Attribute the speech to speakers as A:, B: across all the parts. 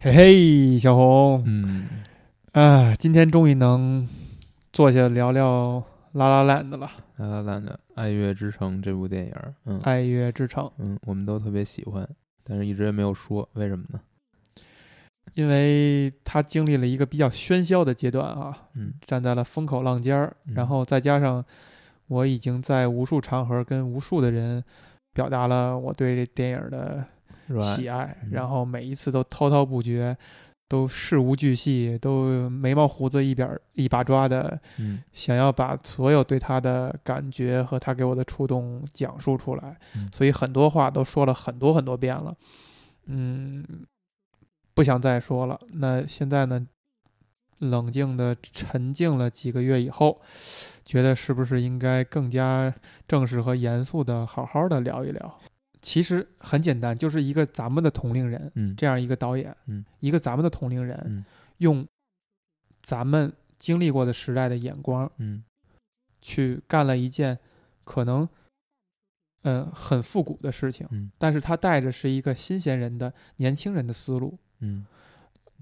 A: 嘿嘿，小 红
B: 嗯，
A: 啊，今天终于能坐下聊聊《拉拉烂》的了，
B: 拉拉烂的《爱乐之城》这部电影儿，嗯
A: 《爱乐之城》，
B: 嗯，我们都特别喜欢，但是一直也没有说，为什么呢？
A: 因为它经历了一个比较喧嚣的阶段啊，
B: 嗯
A: 站在了风口浪尖儿，
B: 嗯
A: 然后再加上我已经在无数场合跟无数的人表达了我对这电影的
B: 是吧？
A: 喜爱，
B: 嗯
A: 然后每一次都滔滔不绝，都事无巨细，都眉毛胡子一边儿一把抓的。
B: 嗯
A: 想要把所有对他的感觉和他给我的触动讲述出来，
B: 嗯
A: 所以很多话都说了很多很多遍了，嗯，不想再说了。那现在呢，冷静的沉静了几个月以后，觉得是不是应该更加正式和严肃的好好的聊一聊？其实很简单，就是一个咱们的同龄人，
B: 嗯，
A: 这样一个导演，
B: 嗯
A: 一个咱们的同龄人，
B: 嗯
A: 用咱们经历过的时代的眼光
B: 嗯
A: 去干了一件可能，嗯、很复古的事情，
B: 嗯
A: 但是他带着是一个新鲜人的年轻人的思路，
B: 嗯，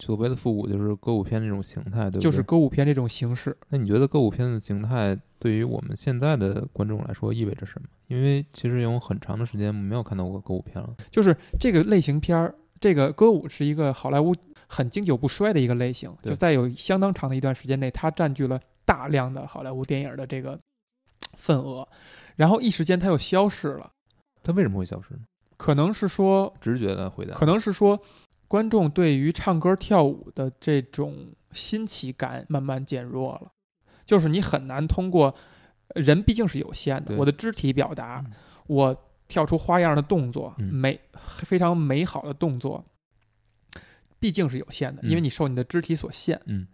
B: 所谓的复古就是歌舞片这种形态，对不对？
A: 就是歌舞片这种形式。
B: 那你觉得歌舞片的形态对于我们现在的观众来说意味着什么？因为其实有很长的时间没有看到过歌舞片了。
A: 就是这个类型片儿，这个歌舞是一个好莱坞很经久不衰的一个类型，
B: 对
A: 就在有相当长的一段时间内，它占据了大量的好莱坞电影的这个份额，然后一时间它又消失了，
B: 它为什么会消失呢？
A: 可能是说
B: 直觉的回答，
A: 可能是说，观众对于唱歌跳舞的这种新奇感慢慢减弱了，就是你很难通过人毕竟是有限的，
B: 对
A: 我的肢体表达
B: 嗯，
A: 我跳出花样的动作，
B: 嗯
A: 美非常美好的动作，毕竟是有限的，因为
B: 嗯
A: 你受你的肢体所限。
B: 嗯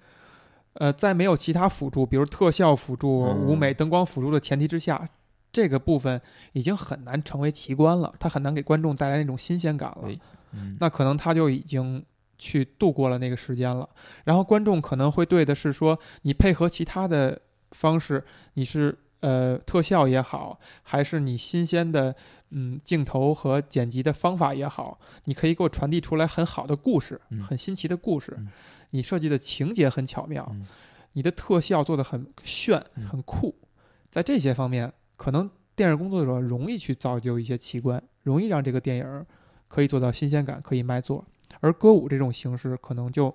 A: 呃，在没有其他辅助，比如特效辅助、
B: 嗯
A: 舞美、灯光辅助的前提之下，这个部分已经很难成为奇观了，它很难给观众带来那种新鲜感了。
B: 对嗯，
A: 那可能他就已经去度过了那个时间了。然后观众可能会对的是说，你配合其他的方式，你是呃特效也好，还是你新鲜的嗯镜头和剪辑的方法也好，你可以给我传递出来很好的故事，
B: 嗯
A: 很新奇的故事，
B: 嗯
A: 你设计的情节很巧妙，
B: 嗯
A: 你的特效做的很炫、
B: 嗯
A: 很酷，在这些方面，可能电影工作者容易去造就一些奇观，容易让这个电影可以做到新鲜感，可以卖座。而歌舞这种形式，可能就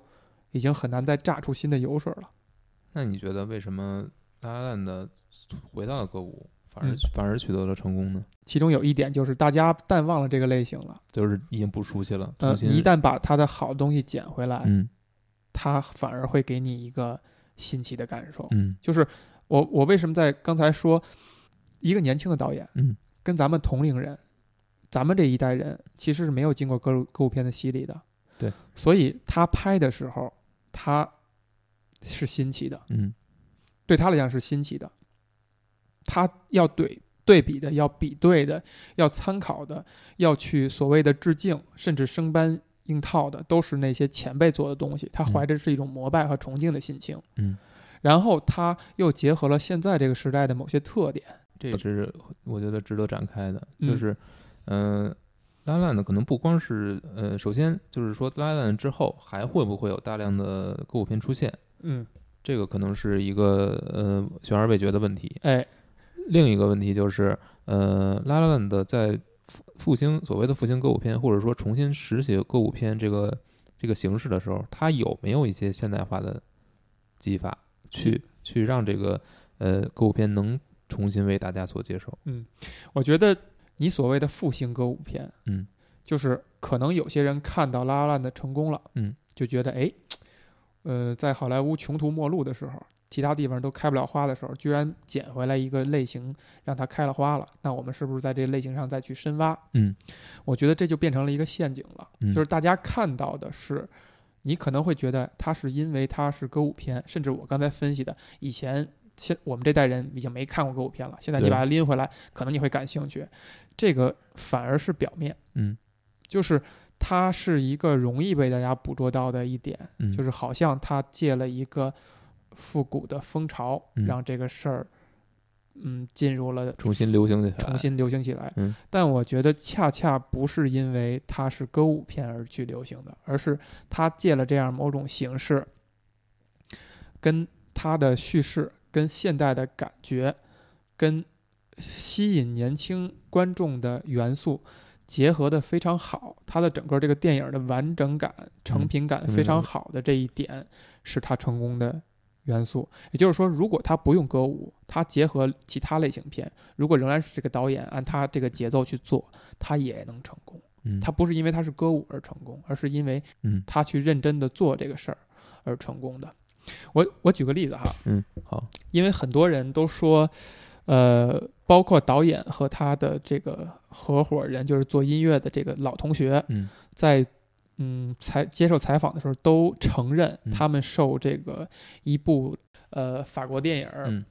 A: 已经很难再榨出新的油水了。
B: 那你觉得为什么拉拉烂的回到了歌舞，反而、
A: 嗯
B: 反而取得了成功呢？
A: 其中有一点就是大家淡忘了这个类型了，
B: 就是已经不熟悉了，
A: 呃
B: 重，新、
A: 你一旦把它的好东西捡回来，
B: 嗯
A: 它反而会给你一个新奇的感受。
B: 嗯
A: 就是我我为什么在刚才说一个年轻的导演，
B: 嗯，
A: 跟咱们同龄人，咱们这一代人其实是没有经过歌舞歌舞片的洗礼的，
B: 对，
A: 所以他拍的时候，他是新奇的，
B: 嗯
A: 对他来讲是新奇的，他要对对比的，要比对的，要参考的，要去所谓的致敬，甚至生搬硬套的，都是那些前辈做的东西。他怀着是一种膜拜和崇敬的心情，
B: 嗯，
A: 然后他又结合了现在这个时代的某些特点，
B: 这也是我觉得值得展开的，
A: 嗯
B: 就是嗯。呃拉烂的可能不光是呃，首先就是说拉烂之后还会不会有大量的歌舞片出现，
A: 嗯，
B: 这个可能是一个呃悬而未决的问题。
A: 哎，
B: 另一个问题就是，呃，拉拉烂的在复复兴所谓的复兴歌舞片，或者说重新拾起歌舞片这个这个形式的时候，它有没有一些现代化的技法去去让这个呃歌舞片能重新为大家所接受？
A: 我觉得你所谓的复兴歌舞片，
B: 嗯，
A: 就是可能有些人看到拉拉烂的成功了，
B: 嗯，
A: 就觉得哎，呃，在好莱坞穷途末路的时候，其他地方都开不了花的时候，居然捡回来一个类型，让它开了花了，那我们是不是在这类型上再去深挖？
B: 嗯，
A: 我觉得这就变成了一个陷阱了，
B: 嗯
A: 就是大家看到的是。你可能会觉得它是因为它是歌舞片，甚至我刚才分析的，以前现我们这代人已经没看过歌舞片了，现在你
B: 对
A: 把它拎回来，可能你会感兴趣。这个反而是表面，
B: 嗯
A: 就是它是一个容易被大家捕捉到的一点，
B: 嗯，
A: 就是好像它借了一个复古的风潮，
B: 嗯
A: 让这个事儿嗯进入了
B: 重新流行起来，
A: 重新流行起来。
B: 嗯
A: 但我觉得恰恰不是因为它是歌舞片而去流行的，而是它借了这样某种形式，跟它的叙事、跟现代的感觉、跟吸引年轻观众的元素。结合的非常好，它的整个这个电影的完整感、成品感
B: 嗯
A: 非常好的这一点，是它成功的元素。也就是说，如果他不用歌舞，他结合其他类型片，如果仍然是这个导演按他这个节奏去做，他也能成功。
B: 嗯，
A: 他不是因为他是歌舞而成功，而是因为
B: 嗯
A: 他去认真的做这个事儿而成功的。我我举个例子哈，
B: 嗯好，
A: 因为很多人都说，呃，包括导演和他的这个合伙人，就是做音乐的这个老同学，
B: 嗯
A: 在嗯采接受采访的时候都承认
B: 嗯
A: 他们受这个一部呃法国电影儿
B: 嗯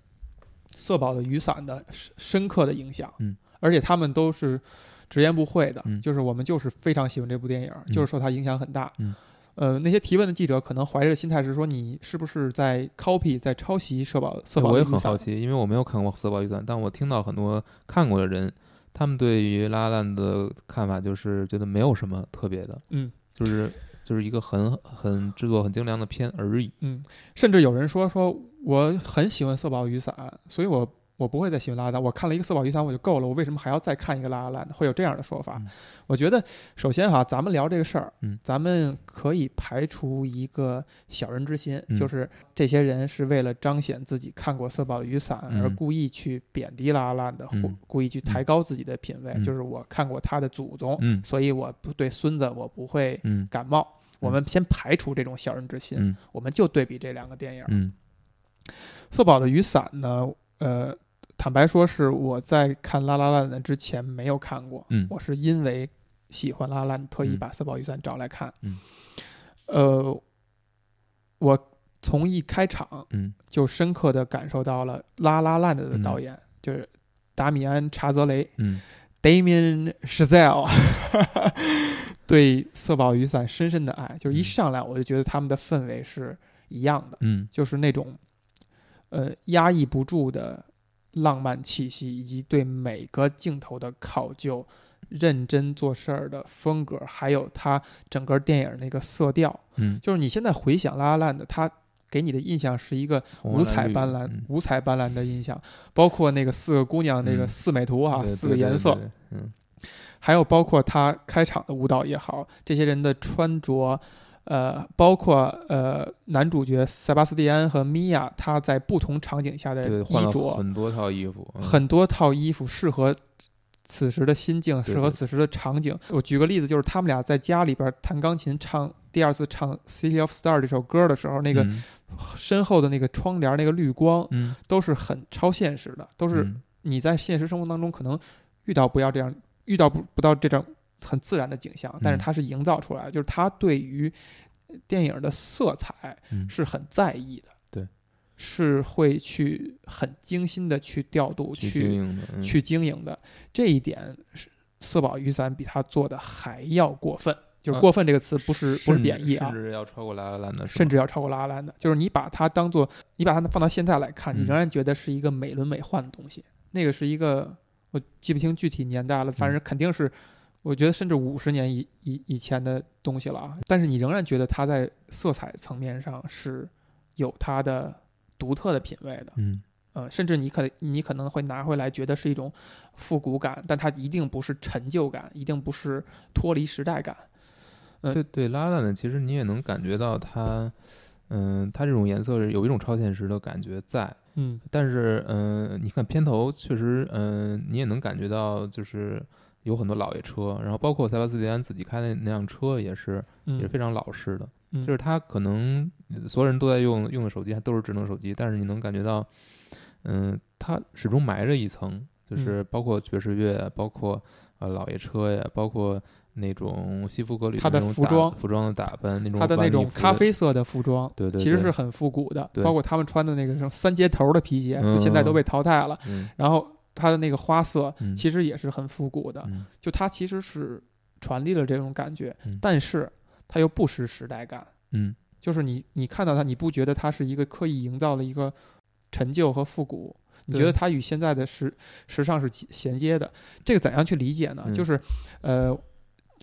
A: 色宝的雨伞的深深刻的影响，
B: 嗯
A: 而且他们都是直言不讳的，
B: 嗯
A: 就是我们就是非常喜欢这部电影，
B: 嗯
A: 就是受它影响很大，
B: 嗯
A: 呃，那些提问的记者可能怀着心态是说，你是不是在 copy 在抄袭社保色
B: 对
A: 宝
B: 哎我
A: 的
B: 也
A: 雨
B: 很
A: 伞
B: 好？奇，因为我没有看过《色宝预算》，但我听到很多看过的人，他们对于拉拉烂的看法就是觉得没有什么特别的，
A: 嗯
B: 就是就是一个很很制作很精良的片而已。
A: 嗯，甚至有人说说我很喜欢色宝雨伞，所以我我不会再喜欢拉拉烂，我看了一个色宝雨伞我就够了，我为什么还要再看一个拉拉烂呢？会有这样的说法？
B: 嗯
A: 我觉得首先哈，咱们聊这个事儿，
B: 嗯
A: 咱们可以排除一个小人之心，
B: 嗯
A: 就是这些人是为了彰显自己看过色宝雨伞
B: 嗯
A: 而故意去贬低拉拉烂的，
B: 嗯
A: 或故意去抬高自己的品味，
B: 嗯
A: 就是我看过他的祖宗，
B: 嗯
A: 所以我不对孙子我不会
B: 嗯
A: 感冒。我们先排除这种小人之心，
B: 嗯
A: 我们就对比这两个电影。
B: 嗯
A: 色宝的雨伞呢，呃，坦白说是我在看《拉拉烂》的之前没有看过，
B: 嗯
A: 我是因为喜欢《拉拉烂》，特意
B: 嗯
A: 把色宝雨伞找来看。
B: 嗯
A: 呃，我从一开场
B: 嗯
A: 就深刻的感受到了《拉拉烂》的导演、就是达米安·查泽雷
B: 嗯
A: （Damien Chazelle） 对色宝雨伞深深的爱，就是一
B: 嗯
A: 上来我就觉得他们的氛围是一样的。
B: 嗯
A: 就是那种呃压抑不住的浪漫气息，以及对每个镜头的考究、认真做事儿的风格，还有他整个电影那个色调。
B: 嗯，
A: 就是你现在回想《拉拉烂》的，他给你的印象是一个
B: 红
A: 五
B: 蓝
A: 彩
B: 绿
A: 斑斓、
B: 嗯
A: 五彩斑斓的印象，包括那个四个姑娘那个
B: 嗯
A: 四美图啊，
B: 对
A: 四
B: 对
A: 个
B: 对
A: 颜色，
B: 对嗯
A: 还有包括他开场的舞蹈也好，这些人的穿着，呃，包括呃男主角塞巴斯蒂安和米娅他在不同场景下的
B: 对，换
A: 哎衣
B: 了
A: 着，
B: 很多套衣服，嗯
A: 很多套衣服适合此时的心境，
B: 对
A: 适合
B: 对
A: 此时的场景。我举个例子，就是他们俩在家里边弹钢琴唱。第二次唱《City of Star》这首歌的时候，那个
B: 嗯
A: 身后的那个窗帘、那个绿光，
B: 嗯
A: 都是很超现实的，都是
B: 嗯
A: 你在现实生活当中可能遇到不要这样，遇到不不到这种很自然的景象，
B: 嗯
A: 但是它是营造出来的，就是它对于电影的色彩
B: 嗯
A: 是很在意的，
B: 对，
A: 是会去很精心的去调度、
B: 去
A: 去
B: 经营的，嗯
A: 去经营的。这一点是色宝雨伞比他做的还要过分，就是
B: 啊
A: “过分”这个词不是、不
B: 甚
A: 是
B: 至
A: 贬义啊，
B: 甚至要超过拉拉烂的是吗，
A: 甚至要超过拉拉兰的。就是你把它当做，你把它放到现在来看，
B: 嗯
A: 你仍然觉得是一个美轮美奂的东西。那个是一个，我记不清具体年代了，反正肯定是，我觉得甚至五十年以以以前的东西了啊。但是你仍然觉得它在色彩层面上是有它的独特的品味的。
B: 嗯
A: 嗯，甚至你可你可能会拿回来，觉得是一种复古感，但它一定不是陈旧感，一定不是脱离时代感。呃
B: 对对，拉拉呢，其实你也能感觉到它，嗯、它这种颜色是有一种超现实的感觉在。
A: 嗯
B: 但是，嗯、你看片头确实，嗯、你也能感觉到，就是有很多老爷车，然后包括塞巴斯蒂安自己开的那辆车也是，也是
A: 嗯
B: 非常老式的。
A: 嗯
B: 就是他可能呃所有人都在用用的手机，还都是智能手机，但是你能感觉到，嗯、他始终埋着一层，
A: 嗯
B: 就是包括爵士乐，包括呃老爷车呀，包括那种西服革履
A: 他的
B: 那种
A: 服
B: 打
A: 装
B: 服装的打扮，那种
A: 它的
B: 晚
A: 那
B: 礼
A: 种
B: 服
A: 咖
B: 的，
A: 啡色的服装，
B: 对对
A: 其实
B: 对
A: 是很复古的，
B: 对
A: 包括他们穿的那个什么三接头的皮鞋，
B: 嗯
A: 现在都被淘汰了。
B: 嗯
A: 然后它的那个花色
B: 嗯，
A: 其实也是很复古的，
B: 嗯
A: 就它其实是传递了这种感觉，
B: 嗯
A: 但是它又不失时代感。
B: 嗯
A: 就是你你看到它，你不觉得它是一个刻意营造了一个陈旧和复古，你
B: 对
A: 觉得它与现在的时时尚是衔衔接的？这个怎样去理解呢？
B: 嗯
A: 就是，呃，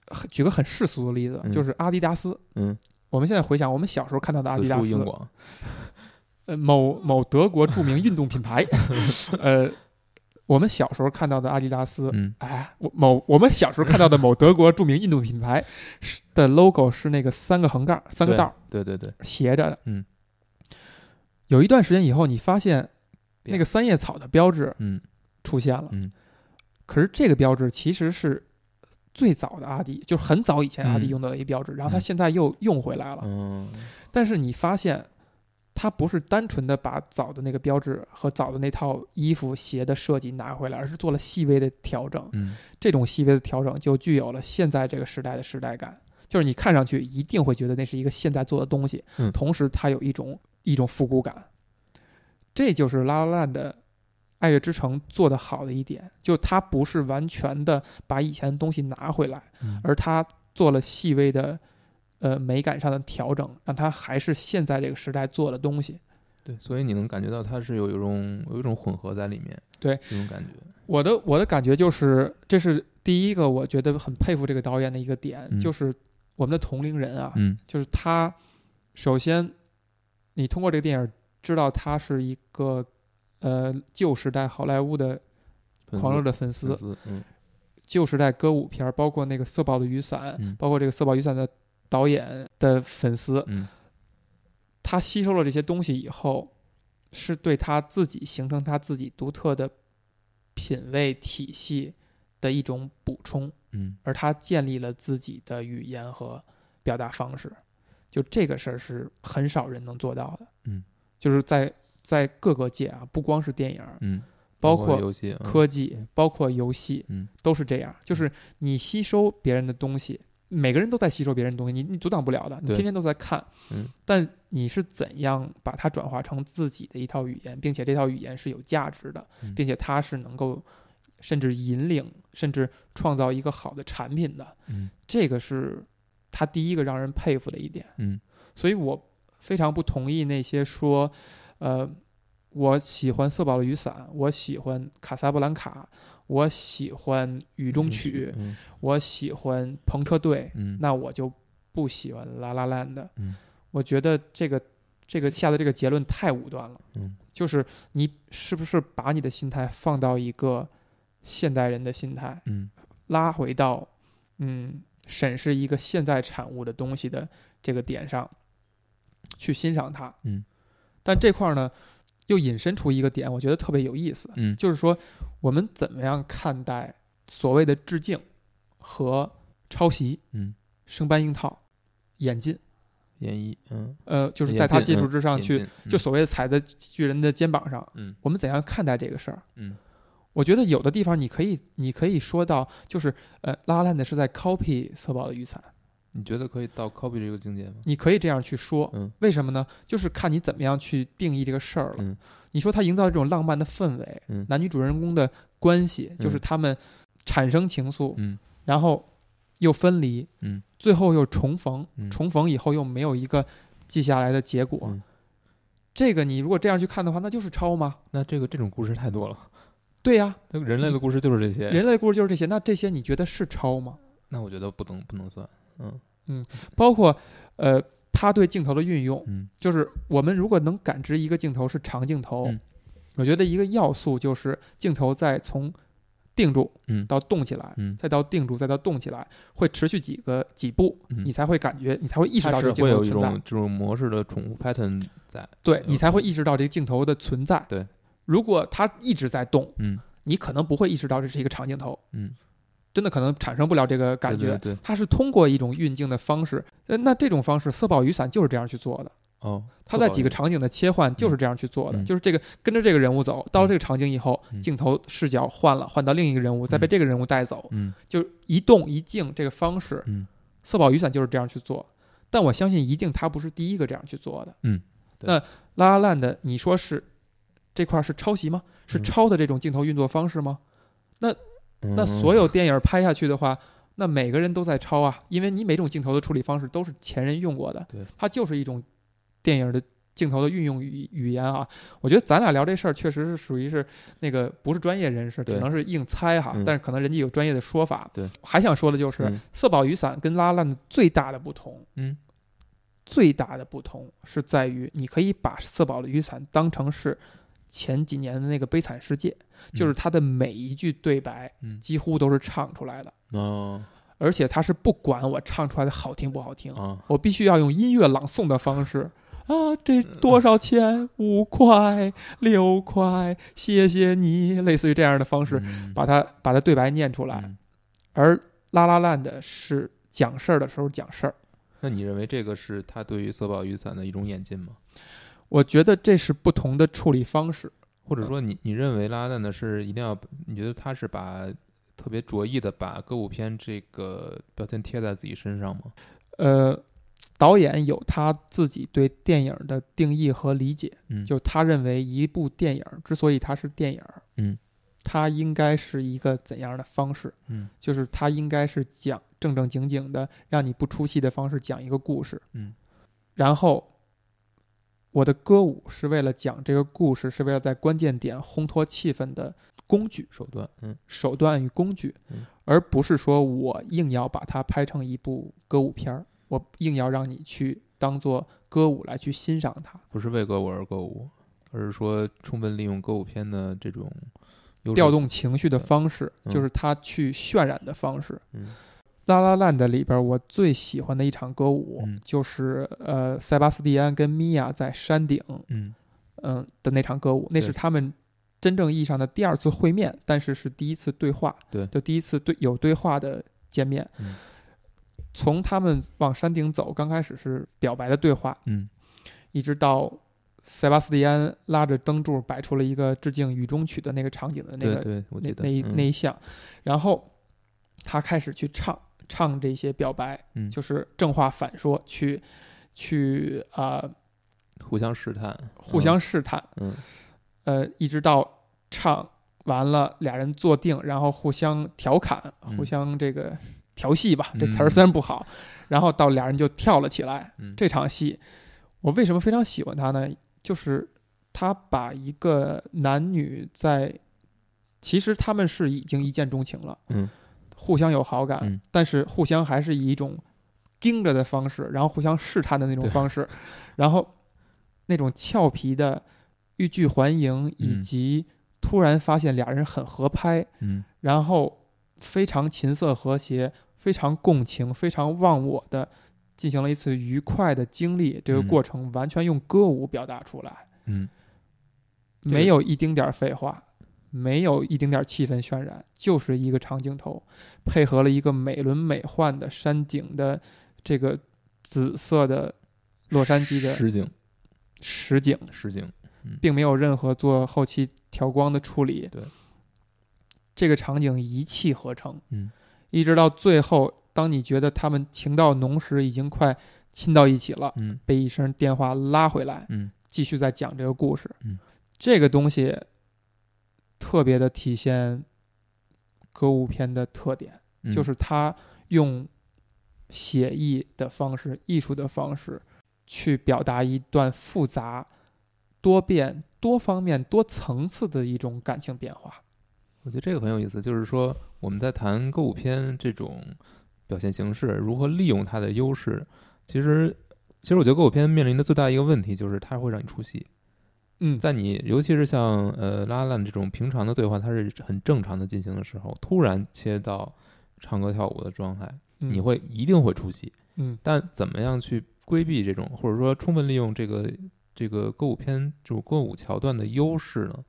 A: 很举个很世俗的例子，
B: 嗯
A: 就是阿迪达斯。
B: 嗯，
A: 我们现在回想，我们小时候看到的阿
B: 此
A: 迪达
B: 处
A: 斯
B: 应，广，
A: 呃，某某德国著名运动品 牌，呃，我们小时候看到的阿迪达斯，
B: 嗯
A: 哎，我某我们小时候看到的某德国著名运动品牌是的 logo 是那个三个横杠、三个
B: 对
A: 道
B: 对对对，
A: 斜着的，
B: 嗯。
A: 有一段时间以后，你发现
B: 变
A: 那个三叶草的标志
B: 嗯
A: 出现了，
B: 嗯
A: 可是这个标志其实是最早的阿迪，就是很早以前阿迪
B: 嗯
A: 用到的一个标志，然后它
B: 嗯
A: 现在又用回来了。
B: 嗯
A: 但是你发现，它不是单纯的把早的那个标志和早的那套衣服、鞋的设计拿回来，而是做了细微的调整。
B: 嗯
A: 这种细微的调整就具有了现在这个时代的时代感，就是你看上去一定会觉得那是一个现在做的东西，
B: 嗯
A: 同时它有一种一种复古感。这就是拉拉烂的《爱乐之城》做得好的一点，就它不是完全的把以前的东西拿回来，
B: 嗯
A: 而它做了细微的呃美感上的调整，让它还是现在这个时代做的东西。
B: 对，所以你能感觉到它是有一种有一种混合在里面，
A: 对
B: 这种感觉，
A: 我的我的感觉就是，这是第一个我觉得很佩服这个导演的一个点，
B: 嗯
A: 就是我们的同龄人啊，
B: 嗯
A: 就是他首先你通过这个电影知道他是一个呃旧时代好莱坞的
B: 粉
A: 狂热
B: 丝
A: 的粉丝
B: 粉，丝，嗯
A: 旧时代歌舞片儿，包括那个《色爆的雨伞》
B: 嗯
A: 包括这个《色爆雨伞》的导演的粉丝，
B: 嗯
A: 他吸收了这些东西以后，是对他自己形成他自己独特的品味体系的一种补充，
B: 嗯
A: 而他建立了自己的语言和表达方式。就这个事儿是很少人能做到的，
B: 嗯，
A: 就是在在各个界啊，不光是电影，
B: 嗯，
A: 包括
B: 括游戏，嗯
A: 科技，包括游戏，
B: 嗯，
A: 都是这样。就是你吸收别人的东西，每个人都在吸收别人的东西，你你阻挡不了的，你
B: 对
A: 天天都在看，
B: 嗯，
A: 但你是怎样把它转化成自己的一套语言，并且这套语言是有价值的，
B: 嗯
A: 并且它是能够甚至引领，甚至创造一个好的产品的，
B: 嗯
A: 这个是他第一个让人佩服的一点。
B: 嗯
A: 所以我非常不同意那些说，呃，我喜欢色宝的雨伞，我喜欢卡萨布兰卡，我喜欢雨中曲，
B: 嗯
A: 我喜欢朋克队，
B: 嗯
A: 那我就不喜欢拉拉烂的。
B: 嗯
A: 我觉得这个这个下的这个结论太武断了。
B: 嗯，
A: 就是你是不是把你的心态放到一个现代人的心态，
B: 嗯
A: 拉回到嗯审视一个现在产物的东西的这个点上去欣赏它。
B: 嗯，
A: 但这块儿呢，又引申出一个点，我觉得特别有意思，
B: 嗯
A: 就是说我们怎么样看待所谓的致敬和抄袭、
B: 嗯，
A: 生搬硬套、演进，
B: 演绎，嗯，
A: 呃，就是
B: 演
A: 在它
B: 进
A: 基础
B: 嗯
A: 之上
B: 演
A: 去，
B: 进，嗯
A: 就所谓的踩在巨人的肩膀上，
B: 嗯
A: 我们怎样看待这个事儿？
B: 嗯
A: 我觉得有的地方你可以，你可以说到，就是呃，拉烂的是在 copy 色宝的雨伞，
B: 你觉得可以到 copy 这个境界吗？
A: 你可以这样去说，
B: 嗯
A: 为什么呢？就是看你怎么样去定义这个事儿了。
B: 嗯
A: 你说他营造这种浪漫的氛围，
B: 嗯
A: 男女主人公的关系，就是他们产生情愫，
B: 嗯
A: 然后又分离，
B: 嗯
A: 最后又重逢，
B: 嗯
A: 重逢以后又没有一个记下来的结果。
B: 嗯
A: 这个你如果这样去看的话，那就是抄吗？
B: 那这个这种故事太多了，
A: 对呀、
B: 那人类的故事就是这些，
A: 人类故事就是这些。那这些你觉得是抄吗？
B: 那我觉得不能不能算，嗯
A: 包括呃，他对镜头的运用，
B: 嗯
A: 就是我们如果能感知一个镜头是长镜头，
B: 嗯
A: 我觉得一个要素就是镜头在从定住
B: 嗯
A: 到动起来，
B: 嗯，
A: 再到定住，再到动起来，会持续几个几步，
B: 嗯
A: 你才会感觉，你才会意识
B: 它
A: 到这
B: 是
A: 个镜
B: 会
A: 头
B: 有
A: 的
B: 一
A: 存
B: 种
A: 在，
B: 这种模式的重复 pattern 在，
A: 对
B: 有
A: 你才会意识到这个镜头的存在。
B: 对，
A: 如果它一直在动，
B: 嗯
A: 你可能不会意识到这是一个长镜头，
B: 嗯，
A: 真的可能产生不了这个感觉。
B: 对对对
A: 它是通过一种运镜的方式，呃，那这种方式，色宝雨伞就是这样去做的。
B: 哦，
A: 他
B: 色
A: 在
B: 宝
A: 几个
B: 也
A: 场景的切换就是这样去做的，
B: 嗯
A: 就是这个跟着这个人物走，到了
B: 嗯
A: 这个场景以后，
B: 嗯
A: 镜头视角换了，换到另一个人物，再被
B: 嗯
A: 这个人物带走，
B: 嗯
A: 就是一动一静这个方式。
B: 嗯
A: 色宝雨伞就是这样去做，但我相信一定他不是第一个这样去做的。
B: 嗯，对
A: 那拉拉烂的，你说是这块是抄袭吗？是
B: 嗯
A: 抄的这种镜头运作方式吗？那所
B: 有
A: 有电影拍下去的话，那每个人都在抄啊，因为你每种镜头的处理方式都是前人用过的
B: 对，
A: 它就是一种电影的镜头的运用语语言啊，我觉得咱俩聊这事儿确实是属于是那个不是专业人士，
B: 对
A: 只能是硬猜哈，
B: 嗯
A: 但是可能人家有专业的说法。
B: 对，
A: 还想说的就是《
B: 嗯
A: 色宝雨伞》跟《拉烂》的最大的不同，
B: 嗯
A: 最大的不同是在于你可以把《色宝的雨伞》当成是前几年的那个《悲惨世界》，就是它的每一句对白
B: 嗯
A: 几乎都是唱出来的，
B: 哦
A: 而且它是不管我唱出来的好听不好听，
B: 啊
A: 我必须要用音乐朗诵的方
B: 嗯
A: 式。啊，这多少钱？五块、六块，谢谢你，类似于这样的方式，
B: 嗯
A: 把它把它对白念出来。
B: 嗯
A: 而拉拉烂的是讲事儿的时候讲事儿，
B: 那你认为这个是他对于色宝雨伞的一种演进吗？
A: 我觉得这是不同的处理方式。
B: 或
A: 嗯
B: 者说你你认为拉蛋的是一定要，你觉得他是把特别着意的把歌舞片这个标签贴在自己身上吗？
A: 呃，导演有他自己对电影的定义和理解，
B: 嗯，
A: 就他认为一部电影之所以它是电影，
B: 嗯，
A: 它应该是一个怎样的方式？
B: 嗯
A: 就是它应该是讲正正经经的，让你不出戏的方式讲一个故事。
B: 嗯，
A: 然后我的歌舞是为了讲这个故事，是为了在关键点烘托气氛的工具、
B: 手段，嗯
A: 手段与工具，
B: 嗯
A: 而不是说我硬要把它拍成一部歌舞片儿，我硬要让你去当做歌舞来去欣赏它。
B: 不是为歌舞而歌舞，而是说充分利用歌舞片的这种优势
A: 调，动情绪的方式，
B: 嗯
A: 就是他去渲染的方式。
B: 嗯
A: 拉拉烂的里边，我最喜欢的一场歌舞、
B: 嗯
A: 就是呃，塞巴斯蒂安跟米娅在山顶，
B: 嗯
A: 嗯、的那场歌舞，那
B: 对
A: 是他们真正意义上的第二次会面，但是是第一次对话，
B: 对
A: 就第一次对有对话的见面。
B: 嗯
A: 从他们往山顶走，刚开始是表白的对话，
B: 嗯
A: 一直到塞巴斯蒂安拉着灯柱摆出了一个致敬《雨中曲》的那个场景的那
B: 对
A: 个
B: 对，我记
A: 那
B: 得
A: 那一
B: 嗯
A: 那一项，然后他开始去唱唱这些表白，
B: 嗯
A: 就是正话反说，去去啊、呃
B: 互相试探，
A: 互相试探，
B: 嗯
A: 呃，一直到唱完了，俩人坐定，然后互相调侃，
B: 嗯
A: 互相这个调戏吧，这词儿
B: 嗯
A: 虽然不好，然后到俩人就跳了起来。
B: 嗯
A: 这场戏我为什么非常喜欢他呢？就是他把一个男女在，其实他们是已经一见钟情了，
B: 嗯，
A: 互相有好感，
B: 嗯
A: 但是互相还是以一种盯着的方式，然后互相试探的那种
B: 对
A: 方式，然后那种俏皮的欲拒还迎，以
B: 嗯
A: 及突然发现俩人很合拍，
B: 嗯
A: 然后非常琴瑟和谐，非常共情，非常忘我的进行了一次愉快的经历。这个
B: 嗯
A: 过程完全用歌舞表达出来，
B: 嗯这个
A: 没有一丁点儿废话，没有一丁点儿气氛渲染，就是一个长镜头，配合了一个美轮美奂的山景的这个紫色的洛杉矶的
B: 实景
A: 实景，
B: 实景，
A: 并没有任何做后期调光的处理。
B: 对，
A: 这个场景一气呵成。
B: 嗯，
A: 一直到最后，当你觉得他们情到浓时，已经快亲到一起了，
B: 嗯
A: 被一声电话拉回来，
B: 嗯
A: 继续再讲这个故事。
B: 嗯，
A: 这个东西特别的体现歌舞片的特点，
B: 嗯
A: 就是它用写意的方式、艺术的方式去表达一段复杂、多变、多方面、多层次的一种感情变化。
B: 我觉得这个很有意思，就是说我们在谈歌舞片这种表现形式，如何利用它的优势。其实，其实我觉得歌舞片面临的最大一个问题就是它会让你出戏，
A: 嗯，
B: 在你尤其是像呃拉烂这种平常的对话，它是很正常的进行的时候，突然切到唱歌跳舞的状态，
A: 嗯
B: 你会一定会出戏。
A: 嗯
B: 但怎么样去规避这种，或者说充分利用这个这个歌舞片这种歌舞桥段的优势呢？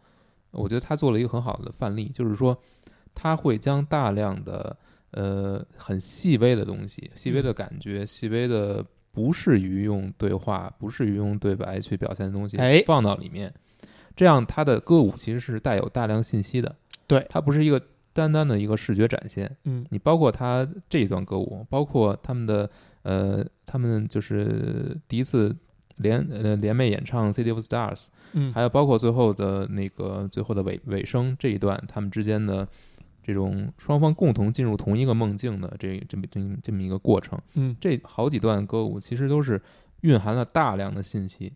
B: 我觉得他做了一个很好的范例，就是说他会将大量的呃很细微的东西、细微的感觉、
A: 嗯
B: 细微的不适于用对话、不适于用对白去表现的东西
A: 哎
B: 放到里面，这样他的歌舞其实是带有大量信息的，
A: 对
B: 它不是一个单单的一个视觉展现，
A: 嗯
B: 你包括他这一段歌舞，包括他们的呃，他们就是第一次联呃联袂演唱《City of Stars》，
A: 嗯，
B: 还有包括最后的那个最后的尾尾声这一段，他们之间的这种双方共同进入同一个梦境的这这么这么这么一个过程，
A: 嗯
B: 这好几段歌舞其实都是蕴含了大量的信息，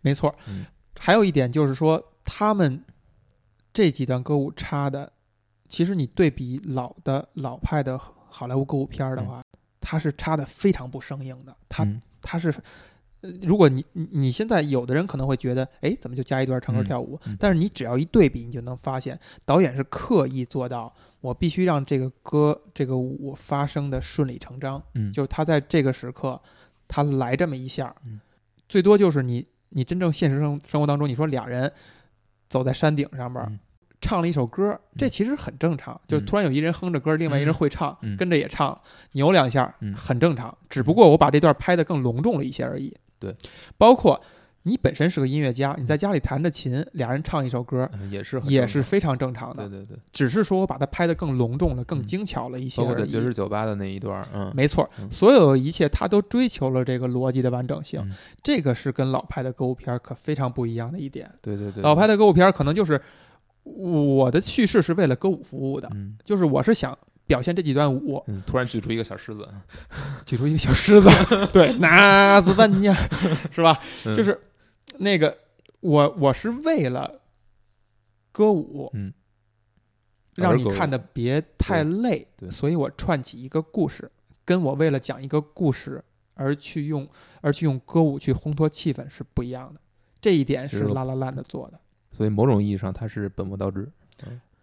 A: 没错。
B: 嗯
A: 还有一点就是说，他们这几段歌舞插的，其实你对比老的老派的好莱坞歌舞片儿的话，它是插的非常不生硬的，它
B: 嗯
A: 它是，呃如果你你你现在有的人可能会觉得，哎，怎么就加一段唱歌
B: 嗯
A: 跳舞？
B: 嗯
A: 但是你只要一对比，你就能发现导演是刻意做到，我必须让这个歌这个舞发生的顺理成章，
B: 嗯，
A: 就是他在这个时刻，他来这么一下，
B: 嗯
A: 最多就是你你真正现实生生活当中，你说俩人走在山顶上边儿。
B: 嗯
A: 唱了一首歌，这其实很正常，就是突然有一人哼着歌，另外一人会唱，
B: 嗯
A: 跟着也唱，扭两下，
B: 嗯
A: 很正常。只不过我把这段拍的更隆重了一些而已。
B: 对，
A: 包括你本身是个音乐家，你在家里弹着琴，俩人唱一首歌，
B: 嗯也是很
A: 也
B: 正
A: 是
B: 常
A: 非常正常
B: 对
A: 的。
B: 对对，
A: 只是说我把它拍的更隆重了，更
B: 嗯
A: 精巧了一些
B: 包括
A: 而
B: 在
A: 已。
B: 爵士酒吧的那一段儿，嗯，
A: 没错，
B: 嗯
A: 所有一切它都追求了这个逻辑的完整性，
B: 嗯
A: 这个是跟老派的歌舞片儿可非常不一样的一点。
B: 对对对，
A: 老派
B: 的，
A: 的歌舞片儿可能就是我的叙事是为了歌舞服务的，
B: 嗯
A: 就是我是想表现这几段舞，
B: 嗯，突然举出一个小狮 子，嗯
A: 举出一个小狮子， 对，拿子半尼亚， 是吧？
B: 嗯
A: 就是那个我我是为了歌舞，
B: 嗯，
A: 让
B: 而
A: 你
B: 歌舞
A: 看的别太累，
B: 对对
A: 所以我串起一个故事，跟我为了讲一个故事而去用而去用歌舞去烘托气氛是不一样的，这一点
B: 是
A: 是
B: 的
A: 拉拉烂的做的。
B: 所以某种意义上它是本末倒置，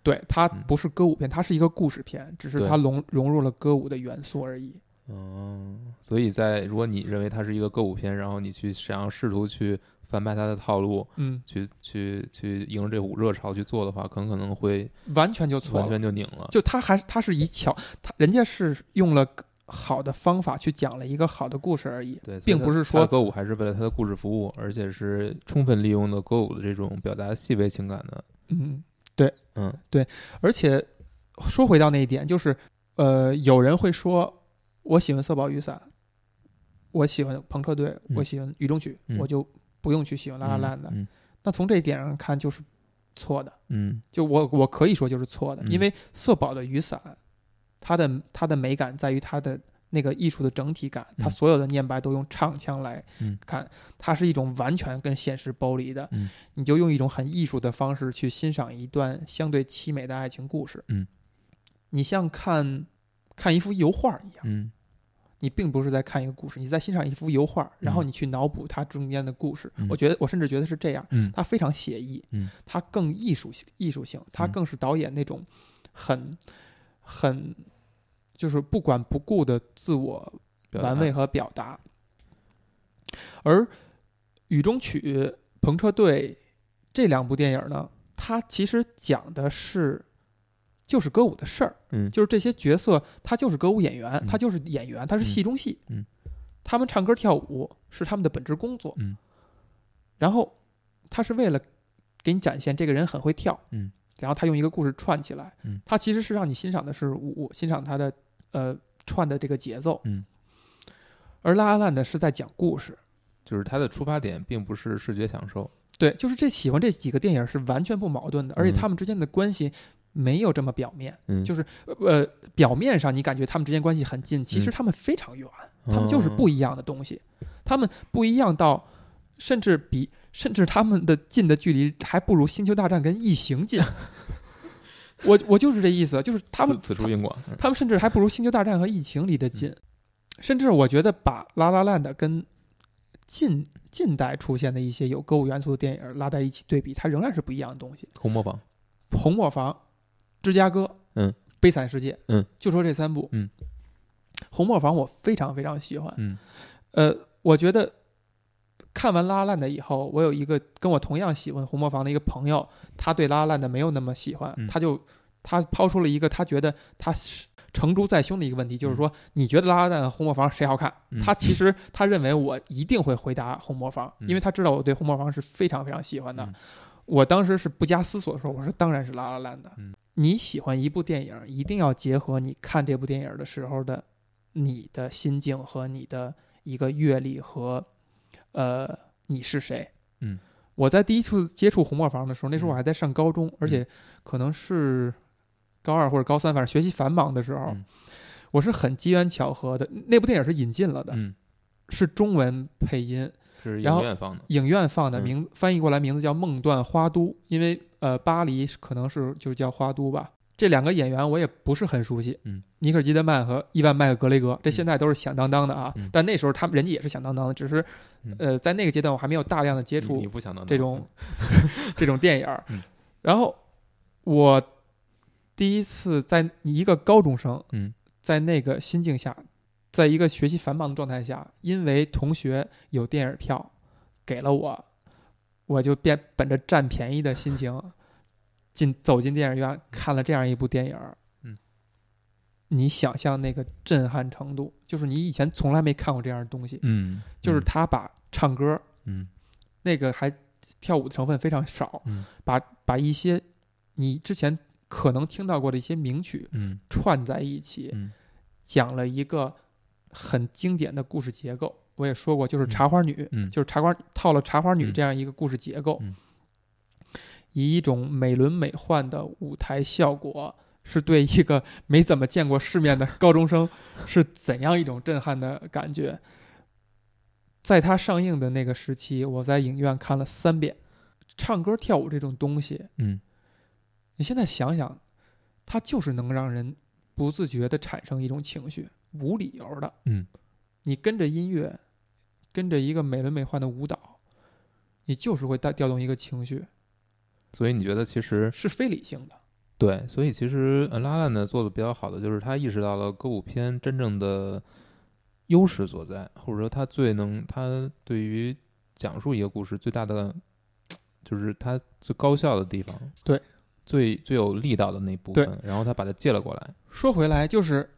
A: 对，它
B: 嗯
A: 不是歌舞片，它是一个故事片，只是
B: 对
A: 它融融入了歌舞的元素而已。哦
B: 嗯，所以在如果你认为它是一个歌舞片，然后你去想要试图去翻拍它的套路，
A: 嗯，
B: 去去去迎着这股热潮去做的话，很可能会
A: 嗯完全就错
B: 完
A: 了。
B: 全就拧了。
A: 就它还它是以巧，它人家是用了好的方法去讲了一个好的故事而已。
B: 对，所以
A: 并
B: 它
A: 不是
B: 它的
A: 说
B: 歌舞还是为了它的故事服务，而且是充分利用了歌舞的这种表达细微情感的。
A: 嗯，
B: 嗯
A: 而且说回到那一点，就是呃，有人会说我喜欢色宝雨伞，我喜欢朋克队，
B: 嗯
A: 我喜欢雨中曲，
B: 嗯
A: 我就不用去喜欢拉拉烂的。
B: 嗯
A: 那从这一点上看，就是错的。
B: 嗯
A: 就我我可以说就是错的，
B: 嗯
A: 因为色宝的雨伞，它的它的美感在于它的那个艺术的整体感，它
B: 嗯
A: 所有的念白都用唱腔来
B: 嗯
A: 看，它是一种完全跟现实剥离的，
B: 嗯
A: 你就用一种很艺术的方式去欣赏一段相对凄美的爱情故事，
B: 嗯，
A: 你像看看一幅油画一样，
B: 嗯
A: 你并不是在看一个故事，你在欣赏一幅油画，然后你去脑补它中间的故事，
B: 嗯
A: 我觉得我甚至觉得是这样，
B: 嗯
A: 它非常写意，
B: 嗯，
A: 它更艺术性，艺术性，它
B: 嗯
A: 更是导演那种很很就是不管不顾的自我
B: 表达
A: 玩味和表达。而《雨中曲》《篷车队》这两部电影呢，它其实讲的是就是歌舞的事儿，
B: 嗯
A: 就是这些角色他就是歌舞演员
B: 嗯，
A: 他就是演员，他是戏中戏，
B: 嗯
A: 他们唱歌跳舞是他们的本职工作，
B: 嗯
A: 然后他是为了给你展现这个人很会跳，
B: 嗯
A: 然后他用一个故事串起来，
B: 嗯
A: 他其实是让你欣赏的是舞，欣赏他的呃串的这个节奏，
B: 嗯
A: 而拉拉烂的是在讲故事，
B: 就是它的出发点并不是视觉享受。
A: 对，就是这喜欢这几个电影是完全不矛盾的，而且他们之间的关系没有这么表面，
B: 嗯，
A: 就是呃表面上你感觉他们之间关系很近，其实
B: 嗯
A: 他们非常远，他们就是不
B: 嗯
A: 一样的东西，他们不一样到甚至比甚至他们的近的距离还不如《星球大战》跟《异形》 近。我我就是这意思，就是他们
B: 此此处嗯应广。嗯
A: 他们甚至还不如《星球大战》和《疫情》离得近，甚至我觉得把《拉拉烂》的跟近近代出现的一些有歌舞元素的电影拉在一起对比，它仍然是不一样的东西。
B: 红磨坊，
A: 《红磨坊》《芝加哥》
B: 嗯
A: 《悲惨世界》
B: 嗯，
A: 就说这三部。
B: 嗯，
A: 《红磨坊》我非常非常喜欢。
B: 嗯
A: 呃，我觉得看完《拉拉烂》的以后，我有一个跟我同样喜欢《红磨坊》的一个朋友，他对《拉拉烂》的没有那么喜欢，
B: 嗯
A: 他就他抛出了一个他觉得他是成竹在胸的一个问题，就是说，你觉得《拉拉烂》和《红磨坊》谁好看？
B: 嗯
A: 他其实他认为我一定会回答《红磨坊》
B: 嗯
A: 因为他知道我对《红磨坊》是非常非常喜欢的。
B: 嗯
A: 我当时是不加思索地说，我说当然是《拉拉烂》的。
B: 嗯
A: 你喜欢一部电影，一定要结合你看这部电影的时候的你的心境和你的一个阅历和呃你是谁。
B: 嗯，
A: 我在第一次接触红磨坊的时候，那时候我
B: 嗯
A: 还在上高中，而且可能是高二或者高三，反正学习繁忙的时候，
B: 嗯
A: 我是很机缘巧合的。那部电影是引进了的，
B: 嗯
A: 是中文配音，
B: 是
A: 然
B: 影
A: 后
B: 院放的，
A: 影院放的
B: 嗯
A: 名、翻译过来名字叫《梦断花都》，因为呃，巴黎是可能是就叫花都吧。这两个演员我也不是很熟悉，
B: 嗯，
A: 尼克尔基德曼和伊万麦克格雷格，这
B: 嗯
A: 现在都是响当当的啊，
B: 嗯
A: 但那时候他们人家也是响当当的，只是
B: 嗯
A: 呃，在那个阶段我还没有大量的接
B: 你
A: 触
B: 你不想到
A: 这种 这种电影儿
B: 嗯。
A: 然后我第一次在一个高中生，
B: 嗯，
A: 在那个心境下，在一个学习繁忙的状态下，因为同学有电影票给了我，我就变本着占便宜的心情进走进电影院看了这样一部电影儿。
B: 嗯
A: 你想象那个震撼程度，就是你以前从来没看过这样的东西，
B: 嗯，
A: 就是他把唱歌，
B: 嗯
A: 那个还跳舞的成分非常少，
B: 嗯
A: 把把一些你之前可能听到过的一些名曲
B: 嗯
A: 串在一起，
B: 嗯
A: 讲了一个很经典的故事结构。我也说过，就是
B: 嗯
A: 茶花女，
B: 嗯
A: 就是茶花套了茶花女
B: 嗯
A: 这样一个故事结构，
B: 嗯
A: 以一种美轮美奂的舞台效果，是对一个没怎么见过世面的高中生是怎样一种震撼的感觉。在它上映的那个时期，我在影院看了三遍。唱歌跳舞这种东西，
B: 嗯
A: 你现在想想，它就是能让人不自觉地产生一种情绪，无理由的。
B: 嗯，
A: 你跟着音乐，跟着一个美轮美奂的舞蹈，你就是会带调动一个情绪，
B: 所以你觉得其实
A: 是非理性的。
B: 对，所以其实呃拉拉呢做的比较好的就是他意识到了歌舞片真正的优势所在，或者说他最能他对于讲述一个故事最大的就是他最高效的地方，
A: 对，
B: 最最有力道的那部
A: 对
B: 分，然后他把它借了过来，
A: 说回来，就是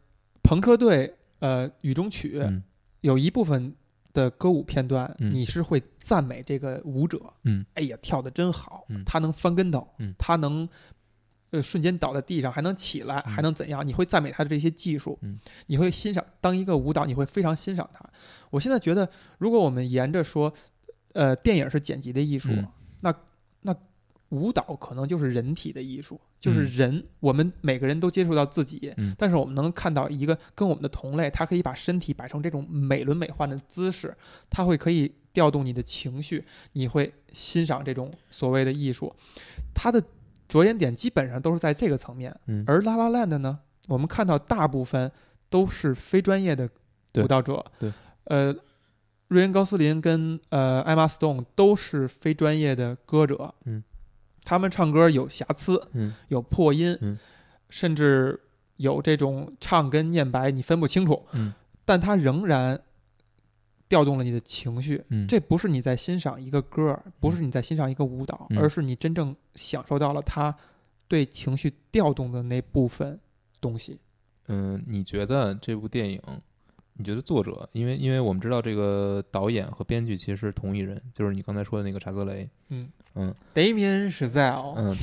A: 朋克队，呃，雨中曲、
B: 嗯
A: 有一部分的歌舞片段，
B: 嗯
A: 你是会赞美这个舞者，
B: 嗯，
A: 哎呀，跳的真好，
B: 嗯
A: 他能翻跟头，
B: 嗯
A: 他能呃瞬间倒在地上还能起来，
B: 嗯
A: 还能怎样？你会赞美他的这些技术，
B: 嗯
A: 你会欣赏当一个舞蹈，你会非常欣赏他。我现在觉得，如果我们沿着说，呃，电影是剪辑的艺术，
B: 嗯
A: 那那舞蹈可能就是人体的艺术，就是
B: 嗯
A: 人，我们每个人都接触到自己，
B: 嗯
A: 但是我们能看到一个跟我们的同类，他可以把身体摆成这种美轮美奂的姿势，他会可以调动你的情绪，你会欣赏这种所谓的艺术，它的着眼点基本上都是在这个层面。
B: 嗯
A: 而拉拉烂的呢，我们看到大部分都是非专业的
B: 对
A: 舞蹈者，
B: 对
A: 呃，瑞恩·高斯林跟呃艾玛·斯通都是非专业的歌者，
B: 嗯，
A: 他们唱歌有瑕疵，
B: 嗯
A: 有破音，
B: 嗯
A: 甚至有这种唱跟念白你分不清楚，
B: 嗯
A: 但它仍然调动了你的情绪。
B: 嗯，
A: 这不是你在欣赏一个歌儿，不是你在欣赏一个舞蹈，
B: 嗯
A: 而是你真正享受到了它对情绪调动的那部分东西。
B: 嗯，你觉得这部电影，你觉得作者，因为因为我们知道这个导演和编剧其实是同一人，就是你刚才说的那个查泽雷，
A: 嗯
B: 嗯
A: Damien Chazelle，
B: 嗯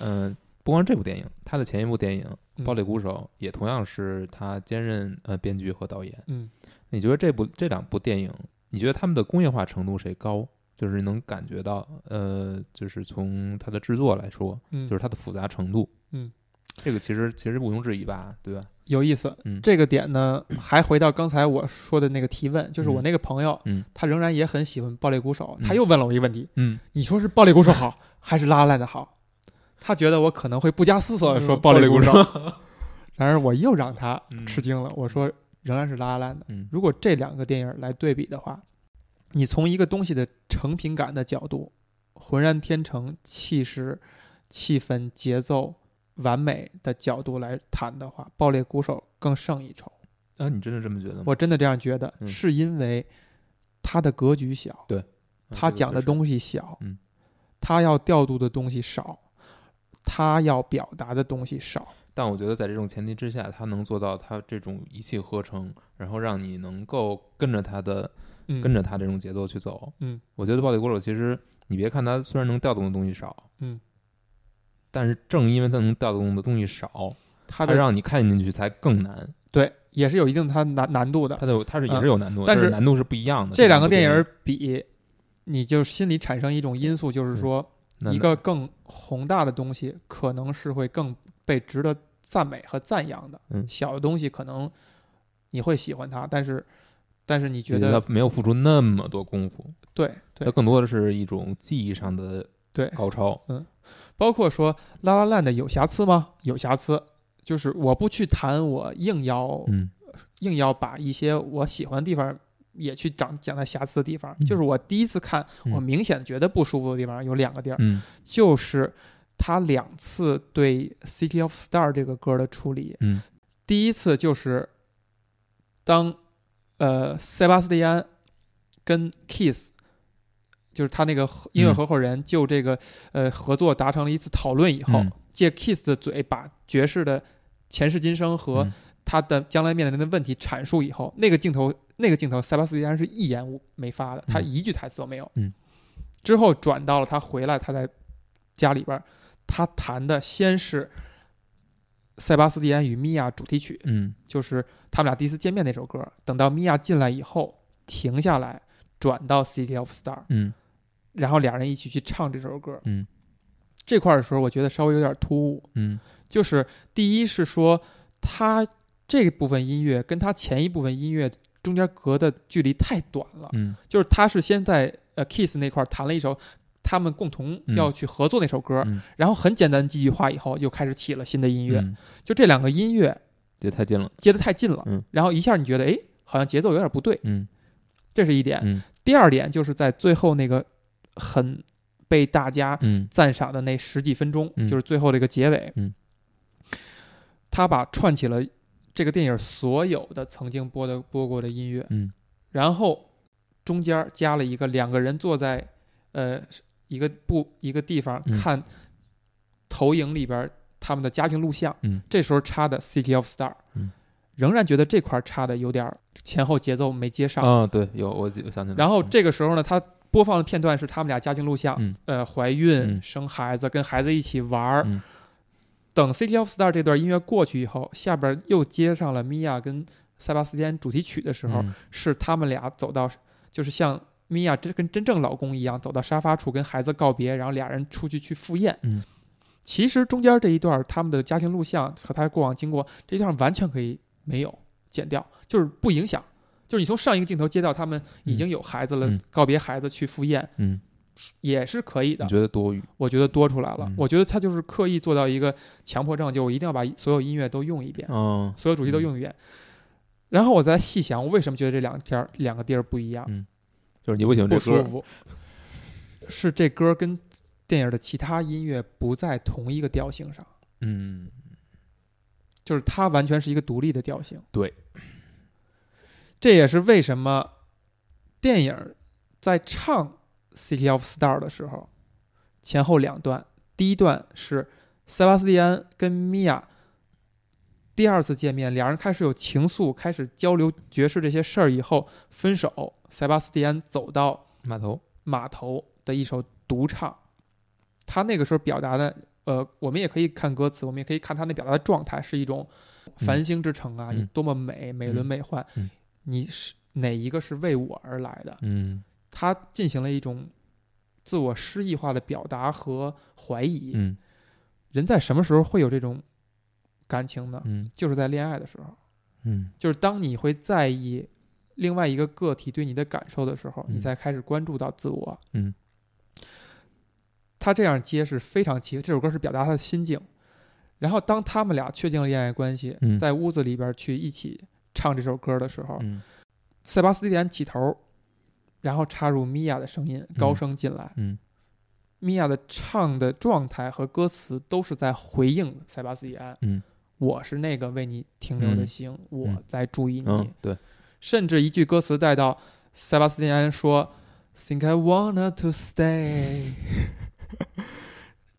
B: 嗯，不光是这部电影，他的前一部电影《暴力鼓手》也同样是他兼任呃编剧和导演。
A: 嗯，
B: 你觉得这部这两部电影，你觉得他们的工业化程度谁高？就是能感觉到，呃，就是从它的制作来说，
A: 嗯
B: 就是它的复杂程度，
A: 嗯，
B: 这个其实其实毋庸置疑吧，对吧？
A: 有意思。
B: 嗯
A: 这个点呢，还回到刚才我说的那个提问，就是我那个朋友，
B: 嗯
A: 他仍然也很喜欢暴力鼓手，
B: 嗯
A: 他又问了我一个问题：
B: 嗯，
A: 你说是暴力鼓手好，还是拉拉烂的好？他觉得我可能会不加思索的
B: 嗯
A: 说暴力鼓手， 然而我又让他吃惊了。我说仍然是拉拉烂的。
B: 嗯
A: 如果这两个电影来对比的话，你从一个东西的成品感的角度，浑然天成、气势、气氛、节奏完美的角度来谈的话，《爆裂鼓手》更胜一筹。
B: 啊，你真的这么觉得吗？
A: 我真的这样觉得，
B: 嗯
A: 是因为它的格局小，
B: 啊
A: 它
B: 这个
A: 讲的
B: 确实
A: 东西小，
B: 嗯
A: 它要调度的东西少，它要表达的东西少。
B: 但我觉得在这种前提之下，他能做到他这种一气呵成，然后让你能够跟着他的
A: 嗯，
B: 跟着他这种节奏去走。
A: 嗯，
B: 我觉得暴力鼓手其实你别看他虽然能调动的东西少，
A: 嗯，
B: 但是正因为他能调动的东西少，
A: 它
B: 他
A: 的啊
B: 让你看进去才更难。
A: 对也是有一定它难难度的。
B: 他的他是也
A: 嗯
B: 是有难度，
A: 但
B: 是
A: 是
B: 难度是不一样的。
A: 这两个电
B: 电
A: 影比，你就心里产生一种因素，
B: 嗯
A: 就是说一个更宏大的东西可能是会更被值得赞美和赞扬的，
B: 嗯
A: 小的东西可能你会喜欢它，但是但是你觉
B: 觉得
A: 得
B: 他没有付出那么多功夫，
A: 对
B: 它
A: 对
B: 更多的是一种技艺上的
A: 对，
B: 高超。
A: 哎包括说拉拉烂的有瑕疵吗？有瑕疵，就是我不去谈，我硬要
B: 嗯
A: 硬要把一些我喜欢的地方也去讲讲它瑕疵的地方。
B: 嗯
A: 就是我第一次看，
B: 嗯
A: 我明显觉得不舒服的地方有两个地儿，
B: 嗯
A: 就是他两次对《City of Star》这个歌的处理。
B: 嗯
A: 第一次就是当呃塞巴斯蒂安跟 Kiss。就是他那个合音乐
B: 嗯
A: 合伙人就这个、呃合作达成了一次讨论以后，
B: 嗯
A: 借 Kiss 的嘴把爵士的前世今生和
B: 嗯
A: 他的将来面临的问题阐述以后，那个镜头，那个镜头，塞巴斯蒂安是一言无没发的，他
B: 嗯
A: 一句台词都没有。
B: 嗯，
A: 之后转到了他回来，他在家里边儿，他弹的先是塞巴斯蒂安与米娅主题曲，
B: 嗯
A: 就是他们俩第一次见面那首歌。等到米娅进来以后，停下来，转到 City of Star，
B: 嗯
A: 然后俩人一起去唱这首歌。
B: 嗯，
A: 这块儿的时候，我觉得稍微有点突兀。
B: 嗯
A: 就是第一是说他这部分音乐跟他前一部分音乐中间隔的距离太短了，
B: 嗯
A: 就是他是先在呃 Kiss 那块儿弹了一首他们共同
B: 嗯
A: 要去合作那首歌，
B: 嗯
A: 然后很简单几句话以后就开始起了新的音乐，
B: 嗯
A: 就这两个音乐
B: 这太近了。
A: 接得太近了，
B: 嗯
A: 然后一下你觉得诶好像节奏有点不对，
B: 嗯
A: 这是一点。
B: 嗯
A: 第二点就是在最后那个很被大家
B: 嗯
A: 赞赏的那十几分钟，
B: 嗯
A: 就是最后这个结尾，
B: 嗯
A: 他把串起了这个电影所有的曾经播的播过的音乐，
B: 嗯
A: 然后中间加了一个两个人坐在呃一个不一个地方、
B: 嗯
A: 看投影里边他们的家庭录像，
B: 嗯
A: 这时候插的《City of Star》，
B: 嗯
A: 仍然觉得这块插的有点儿前后节奏没接上，
B: 啊，对，有我记我想起来了。
A: 然后
B: 嗯
A: 这个时候呢，他播放的片段是他们俩家庭录像，
B: 嗯
A: 呃，怀孕、
B: 嗯
A: 生孩子，跟孩子一起玩儿。
B: 嗯
A: 等《City of Star》这段音乐过去以后，下边又接上了米娅跟塞巴斯蒂安主题曲的时候，
B: 嗯
A: 是他们俩走到，就是像米娅真跟真正老公一样，走到沙发处跟孩子告别，然后俩人出去去赴宴。
B: 嗯
A: 其实中间这一段他们的家庭录像和他过往经过这一段完全可以没有剪掉，就是不影响。就是你从上一个镜头接到他们已经有孩子了，
B: 嗯
A: 告别孩子去赴宴
B: 嗯，
A: 也是可以的
B: 你。觉得多余？
A: 我觉得多出来了，
B: 嗯
A: 我觉得他就是刻意做到一个强迫症，就我一定要把所有音乐都用一遍，
B: 嗯
A: 所有主题都用一遍。然后我再细想，我为什么觉得这两天两个地儿不一样？
B: 就是你不喜欢这
A: 不
B: 歌
A: 舒，服，是这歌跟电影的其他音乐不在同一个调性上，
B: 嗯，
A: 就是它完全是一个独立的调性。
B: 对，
A: 这也是为什么电影在唱《City of Star》的时候，前后两段，第一段是塞巴斯蒂安跟米娅。第二次见面，两人开始有情愫，开始交流爵士这些事儿以后分手。塞巴斯蒂安走到
B: 码头，
A: 码头的一首独唱，他那个时候表达的，呃，我们也可以看歌词，我们也可以看他那表达的状态是一种繁星之城啊，
B: 嗯
A: 你多么美，美轮美奂，
B: 嗯
A: 你是哪一个是为我而来的？
B: 嗯
A: 他进行了一种自我诗意化的表达和怀疑。
B: 嗯
A: 人在什么时候会有这种感情呢？
B: 嗯
A: 就是在恋爱的时候，
B: 嗯
A: 就是当你会在意另外一个个体对你的感受的时候，
B: 嗯
A: 你才开始关注到自我。
B: 嗯，
A: 他这样接是非常奇，这首歌是表达他的心境。然后当他们俩确定了恋爱关系，
B: 嗯
A: 在屋子里边去一起唱这首歌的时候，
B: 嗯
A: 塞巴斯蒂安起头，然后插入米娅的声音，高声进来。
B: 嗯
A: 米娅的唱的状态和歌词都是在回应塞巴斯蒂安。
B: 嗯，
A: 我是那个为你停留的心，我来注意你。
B: 嗯，对，
A: 甚至一句歌词带到塞巴斯蒂安说 “Think I wanna to stay”。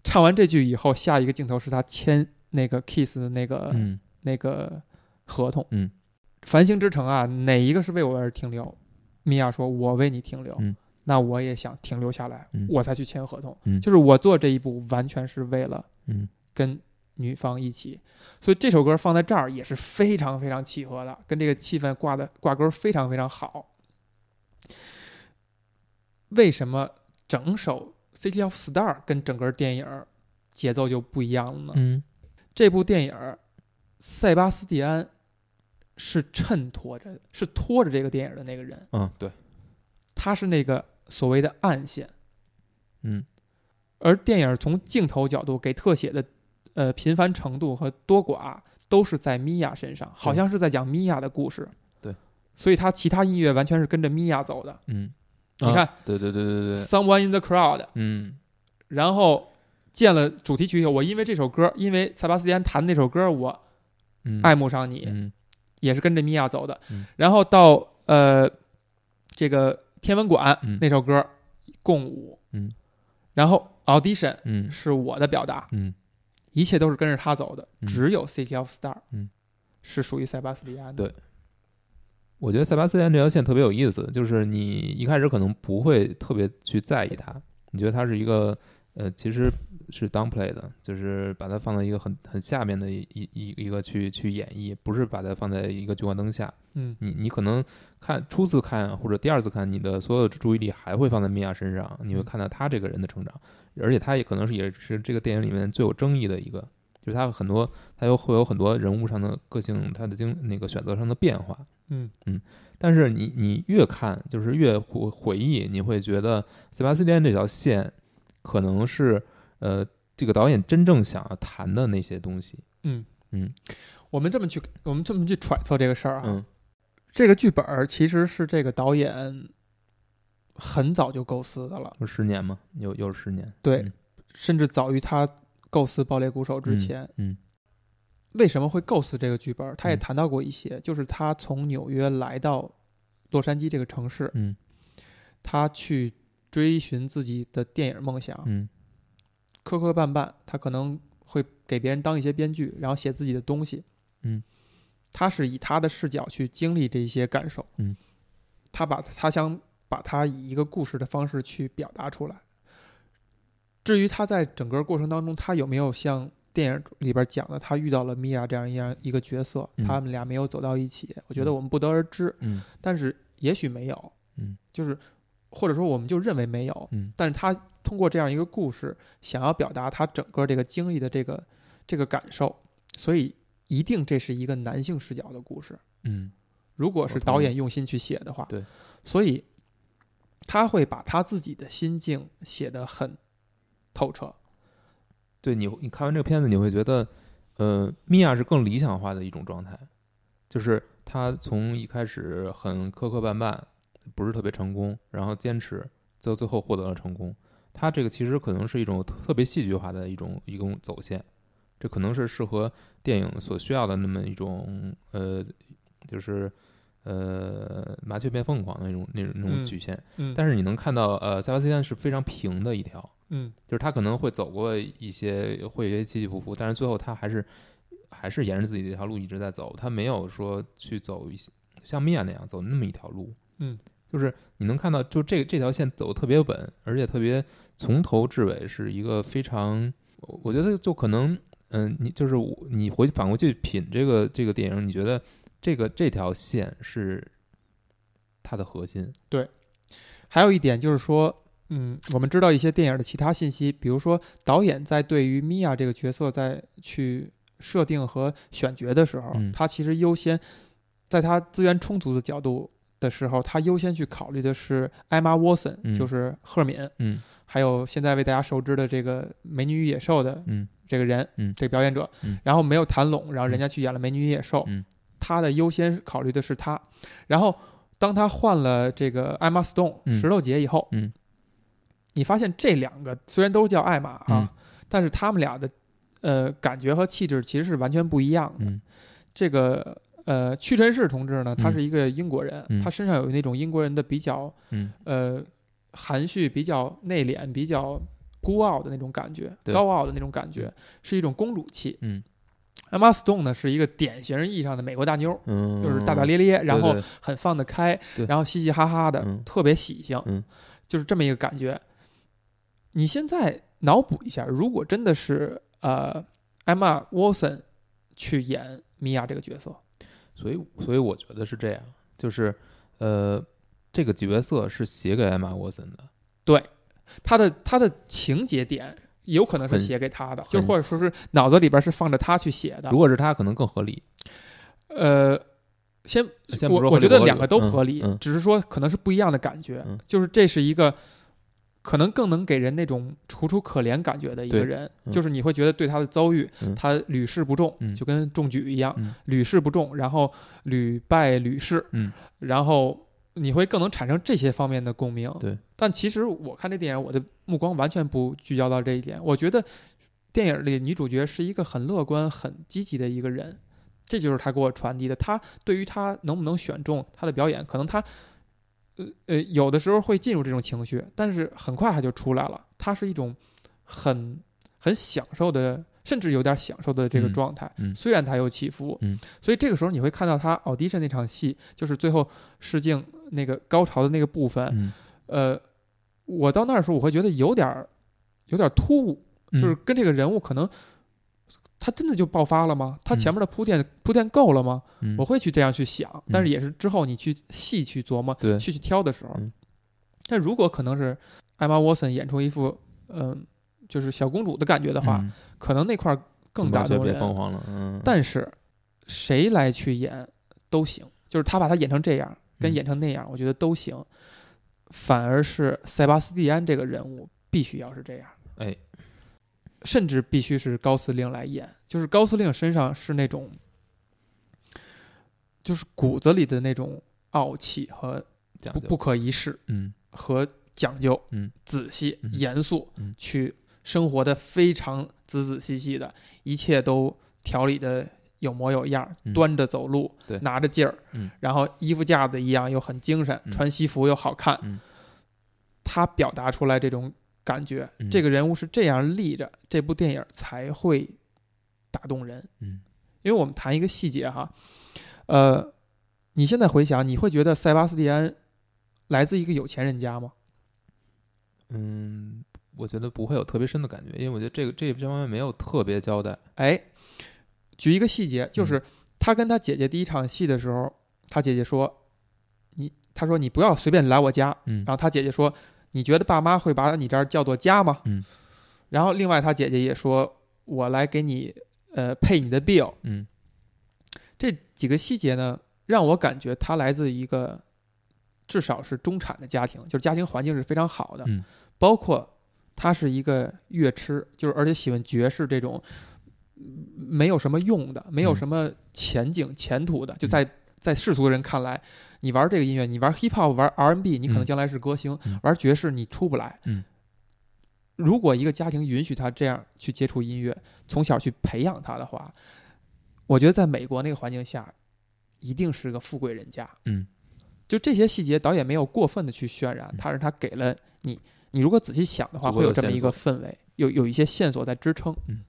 A: 唱完这句以后，下一个镜头是他签那个 Kiss 的那个、
B: 嗯
A: 那个合同。
B: 嗯，
A: 繁星之城啊，哪一个是为我而停留？米娅说：“我为你停留。
B: 嗯
A: 那我也想停留下来，
B: 嗯
A: 我才去签合同。
B: 嗯
A: 就是我做这一步，完全是为了
B: 嗯
A: 跟女方一起，所以这首歌放在这儿也是非常非常契合的，跟这个气氛挂的挂钩非常非常好。为什么整首《City of Star》跟整个电影儿节奏就不一样了呢？
B: 嗯
A: 这部电影儿，塞巴斯蒂安是衬托着，是拖着这个电影的那个人，
B: 嗯，对，
A: 他是那个所谓的暗线。
B: 嗯
A: 而电影从镜头角度给特写的，呃，频繁程度和多寡都是在米娅身上，好像是在讲米娅的故事。
B: 对，
A: 所以他其他音乐完全是跟着米娅走的。
B: 嗯，
A: 你看
B: 啊，对对对对对，
A: Someone in the Crowd，
B: 嗯
A: 然后见了主题曲以后，我因为这首歌，因为塞巴斯蒂安弹的那首歌，我
B: 嗯，
A: 爱慕上你，
B: 嗯
A: 也是跟着米娅走的。
B: 嗯
A: 然后到呃这个天文馆、
B: 嗯
A: 那首歌共舞，
B: 嗯，
A: 然后 Audition
B: 嗯
A: 是我的表达，
B: 嗯
A: 一切都是跟着他走的，
B: 嗯
A: 只有 City of Star，
B: 嗯，
A: 是属于塞巴斯蒂安的。
B: 对我觉得塞巴斯蒂安这条线特别有意思，就是你一开始可能不会特别去在意他，你觉得他是一个呃，其实是 downplay 的，就是把它放在一个很很下面的一一一一个去去演绎，不是把它放在一个聚光灯下。
A: 嗯
B: 你你可能看初次看或者第二次看，你的所有注意力还会放在米娅身上，你会看到她这个人的成长，而且她也可能是也是这个电影里面最有争议的一个，就是她很多她有会有很多人物上的个性，她的经那个选择上的变化。
A: 嗯
B: 但是你你越看，就是越回回忆，你会觉得塞巴斯蒂安这条线可能是呃这个导演真正想要谈的那些东西。
A: 嗯
B: 嗯，
A: 我们这么去，我们这么去揣测这个事儿啊，
B: 嗯
A: 这个剧本儿其实是这个导演很早就构思的了，
B: 有十年吗？有有十年。
A: 对，
B: 嗯
A: 甚至早于他构思《爆裂鼓手》之前。
B: 嗯
A: 为什么会构思这个剧本儿？他也
B: 嗯
A: 谈到过一些，就是他从纽约来到洛杉矶这个城市，
B: 嗯
A: 他去追寻自己的电影梦想。
B: 嗯
A: 磕磕绊绊，他可能会给别人当一些编剧，然后写自己的东西。
B: 嗯，
A: 他是以他的视角去经历这一些感受。
B: 嗯，
A: 他把他想把他以一个故事的方式去表达出来。至于他在整个过程当中，他有没有像电影里边讲的，他遇到了米娅这样一样一个角色，
B: 嗯
A: 他们俩没有走到一起，我觉得
B: 嗯
A: 我们不得而知，
B: 嗯
A: 但是也许没有。
B: 嗯，
A: 就是或者说我们就认为没有，
B: 嗯
A: 但是他通过这样一个故事，想要表达他整个这个经历的这个这个感受，所以一定这是一个男性视角的故事。
B: 嗯
A: 如果
B: 我
A: 是
B: 同意
A: 导演用心去写的话，
B: 对，
A: 所以他会把他自己的心境写得很透彻。
B: 对你你看完这个片子，你会觉得，呃，米娅是更理想化的一种状态，就是她从一开始很磕磕绊绊，不是特别成功，然后坚持，最后最后获得了成功。她这个其实可能是一种特特别戏剧化的一种一种走线，这可能是适合电影所需要的那么一种呃，就是呃麻雀变凤凰的那种那种那种
A: 嗯
B: 曲线。
A: 嗯
B: 但是你能看到，呃，塞巴斯蒂安是非常平的一条。
A: 嗯
B: 就是他可能会走过一些，会有一些起起伏伏，但是最后他还是还是沿着自己的一条路一直在走，他没有说去走一些像米娅那样走那么一条路。
A: 嗯，
B: 就是你能看到，就这这条线走得特别稳，而且特别从头至尾是一个非常，我我觉得就可能，嗯，你就是我你回反过去品这个这个电影，你觉得这个这条线是它的核心。
A: 还有一点就是说，嗯，我们知道一些电影的其他信息，比如说导演在对于米娅这个角色在去设定和选角的时候，
B: 嗯
A: 他其实优先在他资源充足的角度的时候，他优先去考虑的是艾玛·沃森，
B: 嗯
A: 就是赫敏，
B: 嗯
A: 还有现在为大家熟知的这个《美女与野兽》的
B: 嗯
A: 这个人，
B: 嗯
A: 这个表演者，
B: 嗯
A: 然后没有谈拢，然后人家去演了《美女与野兽》，
B: 嗯
A: 他的优先考虑的是他，然后当他换了这个艾玛· Stone、
B: 嗯
A: 石头姐以后，
B: 嗯
A: 你发现这两个虽然都叫艾玛啊，
B: 嗯
A: 但是他们俩的呃感觉和气质其实是完全不一样的。
B: 嗯
A: 这个呃，屈臣氏同志呢，他是一个英国人，
B: 嗯
A: 他身上有那种英国人的比较
B: 嗯
A: 呃含蓄、比较内敛、比较孤傲的那种感觉，
B: 对
A: 高傲的那种感觉
B: 嗯，
A: 是一种公主气。
B: 嗯
A: Emma Stone 呢是一个典型意义上的美国大妞，
B: 嗯，
A: 就是大大咧咧，然后
B: 对
A: 很放得开
B: 对，
A: 然后嘻嘻哈哈的，
B: 嗯
A: 特别喜庆，
B: 嗯
A: 就是这么一个感觉。你现在脑补一下，如果真的是呃艾玛·沃森去演米娅这个角色，
B: 所以，所以我觉得是这样，就是，呃，这个角色是写给艾玛沃森的，
A: 她的她的情节点有可能是
B: 很
A: 写给她的，就
B: 很
A: 或者说是脑子里边是放着她去写的
B: 如。果是他，可能更合理。
A: 呃，先
B: 先不
A: 我
B: 说
A: 我
B: 合理
A: 觉
B: 不
A: 得
B: 合理
A: 两个都
B: 嗯
A: 合理，
B: 嗯
A: 只是说可能是不一样的感觉，
B: 嗯
A: 就是这是一个可能更能给人那种楚楚可怜感觉的一个
B: 对
A: 人，
B: 嗯
A: 就是你会觉得对他的遭遇，
B: 嗯
A: 他屡试不中，
B: 嗯
A: 就跟中举一样，
B: 嗯
A: 屡试不中，然后屡败屡试，
B: 嗯
A: 然后你会更能产生这些方面的共鸣。
B: 对，
A: 但其实我看这电影，我的目光完全不聚焦到这一点，我觉得电影里女主角是一个很乐观、很积极的一个人，这就是她给我传递的。她对于她能不能选中她的表演，可能她呃呃有的时候会进入这种情绪，但是很快她就出来了。她是一种很很享受的，甚至有点享受的这个
B: 嗯
A: 状态。
B: 嗯
A: 虽然她有起伏，
B: 嗯
A: 所以这个时候你会看到她 audition 那场戏，就是最后试镜那个高潮的那个部分，
B: 嗯，
A: 呃，我到那儿的时候，我会觉得有点儿有点儿突兀，
B: 嗯
A: 就是跟这个人物可能他真的就爆发了吗？他
B: 嗯
A: 前面的铺垫、铺垫够了吗？
B: 嗯
A: 我会去这样去想，但是也是之后你去细去琢磨、
B: 对
A: 去去挑的时候
B: 嗯。
A: 但如果可能是艾玛沃森演出一副嗯、就是小公主的感觉的话，
B: 嗯
A: 可能那块儿更打
B: 完全
A: 动
B: 别
A: 人。
B: 凤凰了，嗯，
A: 但是谁来去演都行，就是他把他演成这样，跟
B: 嗯
A: 演成那样，我觉得都行。反而是塞巴斯蒂安这个人物必须要是这样，
B: 哎，
A: 甚至必须是高司令来演，就是高司令身上是那种，就是骨子里的那种傲气和
B: 讲
A: 不
B: 究
A: 不可一世
B: 嗯
A: 和讲究，
B: 嗯，
A: 仔细、
B: 嗯
A: 严肃，
B: 嗯
A: 去生活的非常仔仔细细的，一切都条理的有模有样儿，
B: 嗯
A: 端着走路，
B: 对
A: 拿着劲儿，
B: 嗯
A: 然后衣服架子一样又很精神，
B: 嗯
A: 穿西服又好看，
B: 嗯
A: 他表达出来这种感觉，
B: 嗯
A: 这个人物是这样立着，这部电影才会打动人。
B: 嗯
A: 因为我们谈一个细节哈，呃，你现在回想，你会觉得塞巴斯蒂安来自一个有钱人家吗？
B: 嗯，我觉得不会有特别深的感觉，因为我觉得这个这这方面没有特别交代，
A: 哎，举一个细节，就是他跟他姐姐第一场戏的时候，他姐姐说：“你，他说你不要随便来我家。”
B: 嗯
A: 然后他姐姐说：“你觉得爸妈会把你这儿叫做家吗？”
B: 嗯。
A: 然后另外他姐姐也说：“我来给你呃配你的 bill。
B: 嗯”
A: 这几个细节呢，让我感觉他来自一个至少是中产的家庭，就是家庭环境是非常好的，
B: 嗯
A: 包括他是一个乐痴，就是而且喜欢爵士这种嗯没有什么用的、没有
B: 嗯
A: 什么前景前途的，就在在世俗人看来，你玩这个音乐，你玩 hip hop、玩 R&B，你可能
B: 嗯
A: 将来是歌星；
B: 嗯
A: 玩爵士，你出不来。
B: 嗯
A: 如果一个家庭允许他这样去接触音乐，从小去培养他的话，我觉得在美国那个环境下，一定是个富贵人家。
B: 嗯，
A: 就这些细节，导演没有过分的去渲染，
B: 嗯
A: 他是他给了你，你如果仔细想的话，
B: 足
A: 会
B: 够的
A: 有这么一个氛围，有有一些线索在支撑。
B: 嗯，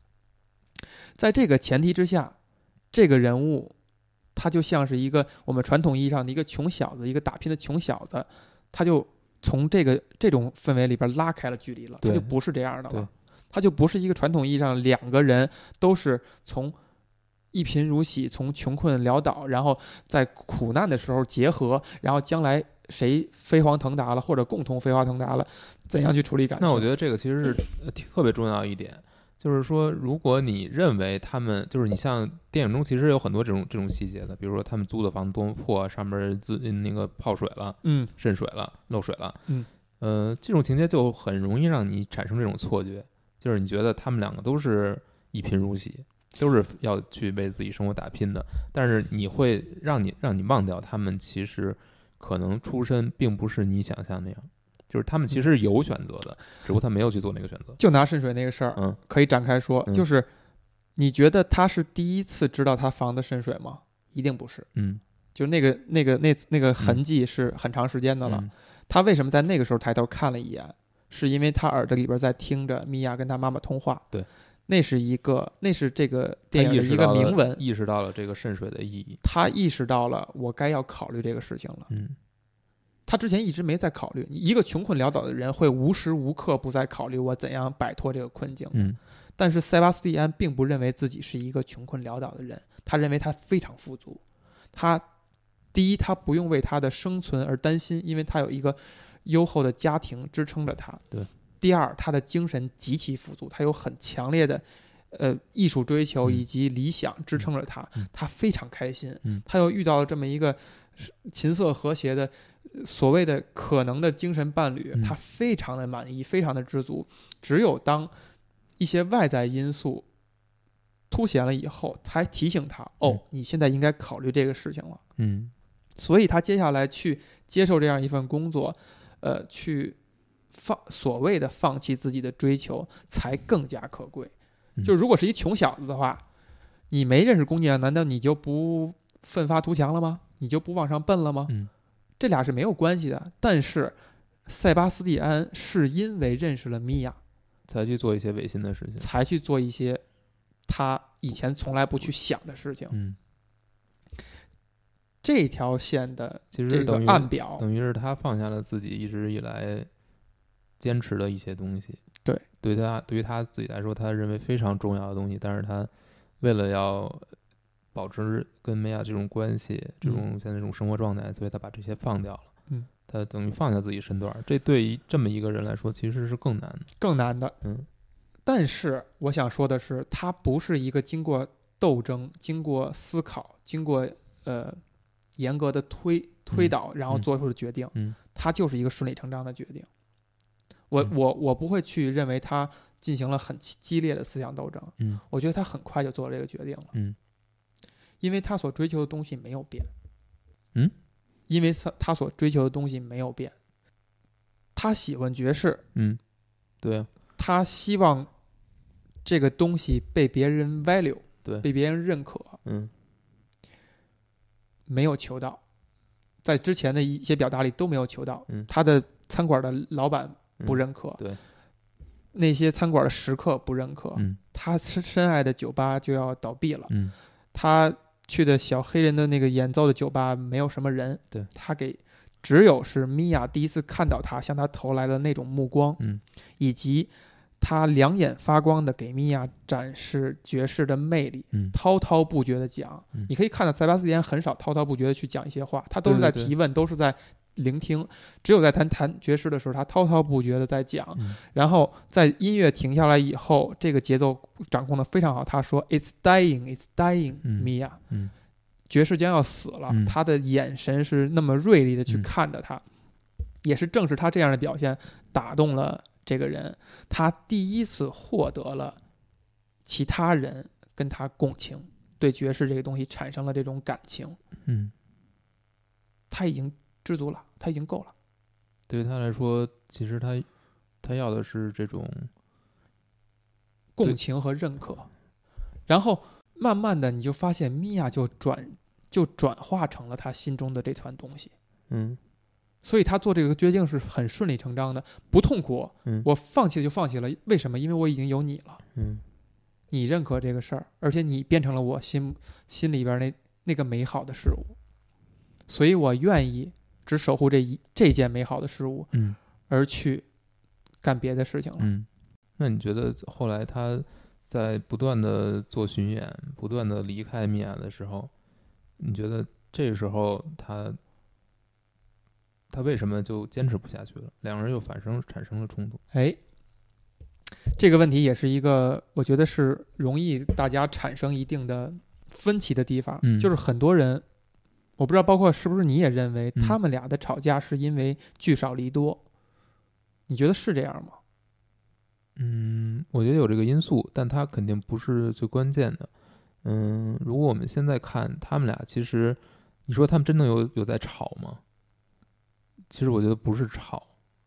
A: 在这个前提之下，这个人物他就像是一个我们传统意义上的一个穷小子，一个打拼的穷小子，他就从这个这种氛围里边拉开了距离了，他
B: 对
A: 就不是这样的
B: 对
A: 了，他就不是一个传统意义上两个人都是从一贫如洗，从穷困潦倒，然后在苦难的时候结合，然后将来谁飞黄腾达了，或者共同飞黄腾达了，怎样去处理感情？
B: 啊那我觉得这个其实是呃挺特别重要一点，就是说，如果你认为他们就是你像电影中其实有很多这种这种细节的，比如说他们租的房子多么破，啊上面自那个泡水了、
A: 嗯，
B: 渗水了、漏水了，
A: 嗯，
B: 呃，这种情节就很容易让你产生这种错觉，就是你觉得他们两个都是一贫如洗，都是要去为自己生活打拼的，但是你会让你让你忘掉他们其实可能出身并不是你想象那样，就是他们其实是有选择的，只不过他没有去做那个选择。
A: 就拿渗水那个事儿，
B: 嗯，
A: 可以展开说，
B: 嗯
A: 就是你觉得他是第一次知道他房子渗水吗？一定不是，
B: 嗯，
A: 就那个那个那那个痕迹是很长时间的了。
B: 嗯
A: 他为什么在那个时候抬头看了一眼？是因为他耳朵里边在听着米娅跟他妈妈通话。
B: 对，
A: 那是一个，那是这个
B: 他
A: 电影的
B: 意识
A: 一个
B: 到了
A: 铭文。
B: 嗯意识到了这个渗水的意义。
A: 他意识到了我该要考虑这个事情了。
B: 嗯，
A: 他之前一直没在考虑，一个穷困潦倒的人会无时无刻不在考虑我怎样摆脱这个困境。
B: 嗯，
A: 但是塞巴斯蒂安并不认为自己是一个穷困潦倒的人，他认为他非常富足。他第一，他不用为他的生存而担心，因为他有一个优厚的家庭支撑着他。
B: 对。
A: 第二，他的精神极其富足，他有很强烈的，呃艺术追求
B: 嗯
A: 以及理想支撑着他
B: 嗯，
A: 他非常开心
B: 嗯，
A: 他又遇到了这么一个是琴瑟和谐的呃所谓的可能的精神伴侣
B: 嗯，
A: 他非常的满意，非常的知足。只有当一些外在因素凸显了以后，才提醒他，
B: 嗯
A: 哦，你现在应该考虑这个事情了。
B: 嗯
A: 所以他接下来去接受这样一份工作，呃，去放所谓的放弃自己的追求，才更加可贵
B: 嗯。
A: 就如果是一穷小子的话，你没认识姑娘，难道你就不奋发图强了吗？你就不往上奔了吗？
B: 嗯
A: 这俩是没有关系的。但是塞巴斯蒂安是因为认识了米娅，
B: 才去做一些违心的事情。
A: 才去做一些他以前从来不去想的事情。
B: 嗯，
A: 这条线的
B: 其
A: 这
B: 实
A: 个
B: 等于
A: 按表，
B: 等于是他放下了自己一直以来坚持的一些东西。
A: 对，
B: 对他对于他自己来说，他认为非常重要的东西，但是他为了要保持跟梅亚这种关系，这种现在这种生活状态，所以他把这些放掉了。
A: 嗯，
B: 他等于放下自己身段儿，这对于这么一个人来说，其实是更难的。
A: 更难的。
B: 嗯
A: 但是我想说的是，它不是一个经过斗争、经过思考、经过呃严格的推推导，然后
B: 嗯
A: 做出的决定。
B: 嗯
A: 它就是一个顺理成章的决定。我
B: 嗯
A: 我我不会去认为他进行了很激烈的思想斗争。
B: 嗯，
A: 我觉得他很快就做了这个决定了。
B: 嗯，
A: 因为他所追求的东西没有变。
B: 嗯，
A: 因为他他所追求的东西没有变。他喜欢爵士，
B: 嗯，对啊，
A: 他希望这个东西被别人 value，
B: 对
A: 被别人认可，
B: 嗯
A: 没有求到，在之前的一些表达里都没有求到。
B: 嗯
A: 他的餐馆的老板不认可，
B: 对
A: 那些餐馆的食客不认可，
B: 嗯
A: 他深深爱的酒吧就要倒闭了，
B: 嗯
A: 他去的小黑人的那个演奏的酒吧没有什么人，
B: 对
A: 他给。只有是米娅第一次看到他向他投来的那种目光，
B: 嗯
A: 以及他两眼发光的给米娅展示爵士的魅力，
B: 嗯
A: 滔滔不绝的讲。
B: 嗯
A: 你可以看到塞巴斯蒂安很少滔滔不绝的去讲一些话，他都是在
B: 对对对
A: 提问，都是在聆听。只有在谈谈爵士的时候，他滔滔不绝的在讲。
B: 嗯
A: 然后在音乐停下来以后，这个节奏掌控的非常好。他说：“It's dying, it's dying，、
B: 嗯
A: 米娅。”
B: 嗯
A: 爵士将要死了，
B: 嗯
A: 他的眼神是那么锐利的去
B: 嗯
A: 看着他，也是正是他这样的表现打动了这个人，他第一次获得了其他人跟他共情，对爵士这个东西产生了这种感情，
B: 嗯，
A: 他已经知足了，他已经够了。
B: 对于他来说，其实他他要的是这种
A: 共情和认可。然后慢慢的，你就发现米娅就转就转化成了他心中的这团东西，
B: 嗯
A: 所以他做这个决定是很顺理成章的，不痛苦。
B: 嗯
A: 我放弃就放弃了，为什么？因为我已经有你了，
B: 嗯
A: 你认可这个事儿，而且你变成了我心心里边那那个美好的事物，所以我愿意只守护这一这件美好的事物，
B: 嗯
A: 而去干别的事情了。
B: 嗯，那你觉得后来他在不断的做巡演，不断的离开米娅的时候，你觉得这时候他他为什么就坚持不下去了？两人又反生产生了冲突。
A: 哎，这个问题也是一个，我觉得是容易大家产生一定的分歧的地方，
B: 嗯
A: 就是很多人，我不知道，包括是不是你也认为
B: 嗯
A: 他们俩的吵架是因为聚少离多，你觉得是这样吗？
B: 嗯，我觉得有这个因素，但它肯定不是最关键的。嗯，如果我们现在看他们俩，其实你说他们真的有有在吵吗？其实我觉得不是吵，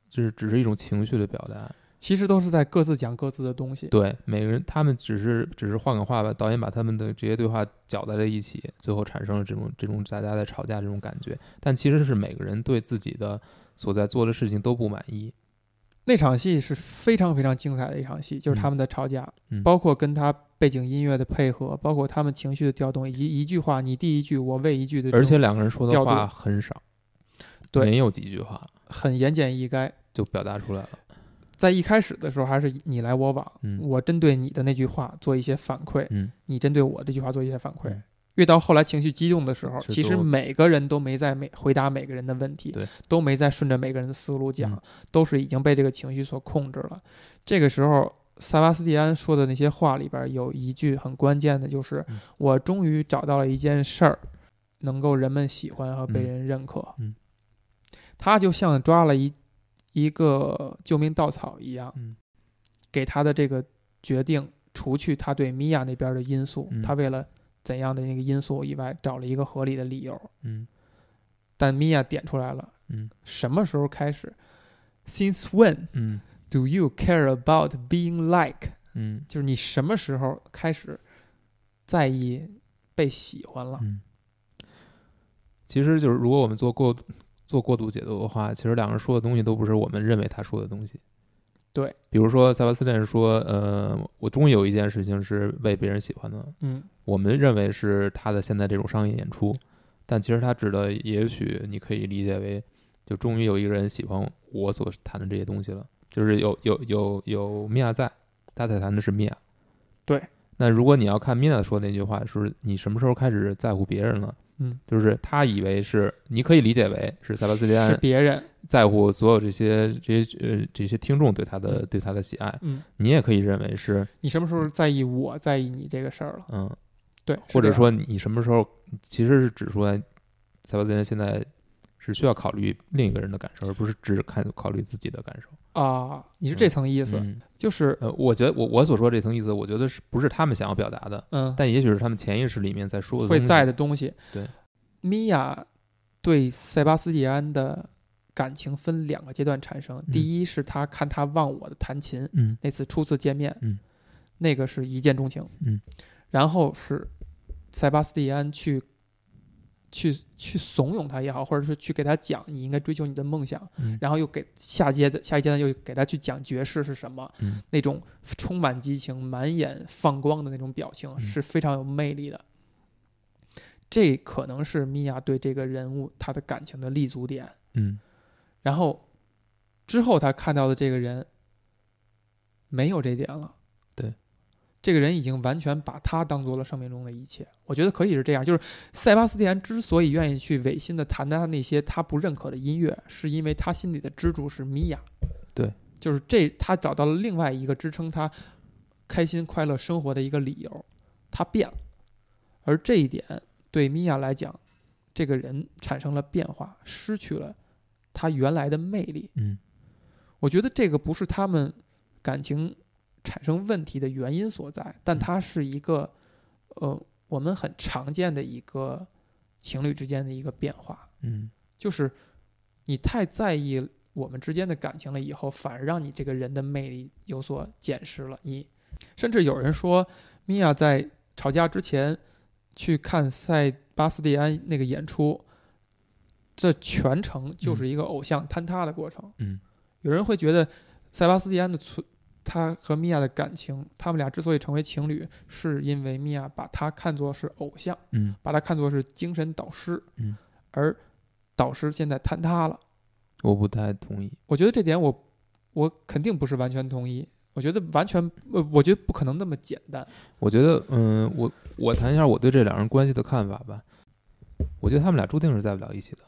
B: 就是只是一种情绪的表达。
A: 其实都是在各自讲各自的东西，
B: 对，每个人他们只是只是换个话吧，导演把他们的这些对话搅在了一起，最后产生了这种这种大家在吵架这种感觉。但其实是每个人对自己的所在做的事情都不满意。
A: 那场戏是非常非常精彩的一场戏，就是他们的吵架，
B: 嗯
A: 包括跟他背景音乐的配合，包括他们情绪的调动，以及一句话你第一句我为一句的这种，
B: 而且两个人说的
A: 调
B: 话
A: 度
B: 很少，
A: 对
B: 没有几句话
A: 很言简意赅。
B: 就表达出来了。
A: 在一开始的时候还是你来我往，
B: 嗯
A: 我针对你的那句话做一些反馈，
B: 嗯
A: 你针对我这句话做一些反馈。
B: 嗯
A: 越到后来情绪激动的时候，
B: 是
A: 其实
B: 做
A: 每个人都没在每回答每个人的问题
B: 对，
A: 都没在顺着每个人的思路讲，
B: 嗯
A: 都是已经被这个情绪所控制了。这个时候，萨巴斯蒂安说的那些话里边有一句很关键的，就是
B: 嗯
A: 我终于找到了一件事儿，能够人们喜欢和被
B: 嗯
A: 人认可。
B: 嗯
A: 他就像抓了一一个救命稻草一样，
B: 嗯
A: 给他的这个决定，除去他对米娅那边的因素，
B: 嗯
A: 他为了怎样的那个因素以外，找了一个合理的理由。
B: 嗯
A: 但米娅点出来了，
B: 嗯，
A: 什么时候开始？Since when
B: 嗯
A: do you care about being like？
B: 嗯
A: 就是你什么时候开始在意被喜欢了？
B: 嗯。其实就是，如果我们做过做过度解读的话，其实两个人说的东西都不是我们认为他说的东西。
A: 对，
B: 比如说塞巴斯蒂安说：“呃，我终于有一件事情是为别人喜欢的。”
A: 嗯，
B: 我们认为是他的现在这种商业演出，但其实他指的也许你可以理解为，就终于有一个人喜欢我所谈的这些东西了，就是有有有有米娅在，他在谈的是米娅。
A: 对，
B: 那如果你要看米娅说那句话，是你什么时候开始在乎别人了？
A: 嗯，
B: 就是他以为是，你可以理解为是塞巴斯蒂
A: 是
B: 安
A: 别 人，
B: 在乎所有这些这些呃这些听众对他的对他的喜爱，
A: 嗯，
B: 你也可以认为是
A: 你什么时候在意我在意你这个事儿了？
B: 嗯
A: 对，是这
B: 或者
A: 样
B: 说你什么时候其实是指出来，塞巴斯蒂安现在是需要考虑另一个人的感受，而不是只看考虑自己的感受。
A: 啊，你是这层意
B: 意
A: 思，
B: 嗯、
A: 就是
B: 呃，我觉得我我所说这层意思，我觉得是不是他们想要表达的，
A: 嗯，
B: 但也许是他们潜意识里面在说的
A: 会
B: 东西
A: 在的东西。
B: 对，
A: 米娅对塞巴斯蒂安的感情分两个阶段产生，
B: 嗯
A: 第一是他看他忘我的弹琴，
B: 嗯
A: 那次初次见面，
B: 嗯，
A: 那个是一见钟情，
B: 嗯，
A: 然后是塞巴斯蒂安去去去怂恿他也好，或者是去给他讲你应该追求你的梦想，
B: 嗯
A: 然后又给下阶的下一阶段又给他去讲爵士是什么，
B: 嗯
A: 那种充满激情、满眼放光的那种表情
B: 嗯
A: 是非常有魅力的。这可能是米娅对这个人物她的感情的立足点。
B: 嗯
A: 然后之后他看到的这个人没有这点了。
B: 对，
A: 这个人已经完全把他当做了生命中的一切。我觉得可以是这样，就是塞巴斯蒂安之所以愿意去违心的弹他那些他不认可的音乐，是因为他心里的支柱是米娅。
B: 对，
A: 就是这他找到了另外一个支撑他开心快乐生活的一个理由，他变了。而这一点对米娅来讲，这个人产生了变化，失去了他原来的魅力。
B: 嗯
A: 我觉得这个不是他们感情产生问题的原因所在，但
B: 嗯
A: 它是一个呃我们很常见的一个情侣之间的一个变化，
B: 嗯
A: 就是你太在意我们之间的感情了，以后反而让你这个人的魅力有所减失了。你甚至有人说，米娅在吵架之前去看塞巴斯蒂安那个演出，这全程就是一个偶像坍塌的过程。
B: 嗯
A: 有人会觉得塞巴斯蒂安的存，他和米娅的感情，他们俩之所以成为情侣，是因为米娅把他看作是偶像，
B: 嗯
A: 把他看作是精神导师，
B: 嗯，
A: 而导师现在坍塌了。
B: 我不太同意。
A: 我觉得这点我我肯定不是完全同意，我觉得完全呃，我觉得不可能那么简单。
B: 我觉得，嗯，我我谈一下我对这两人关系的看法吧。我觉得他们俩注定是在不了一起的，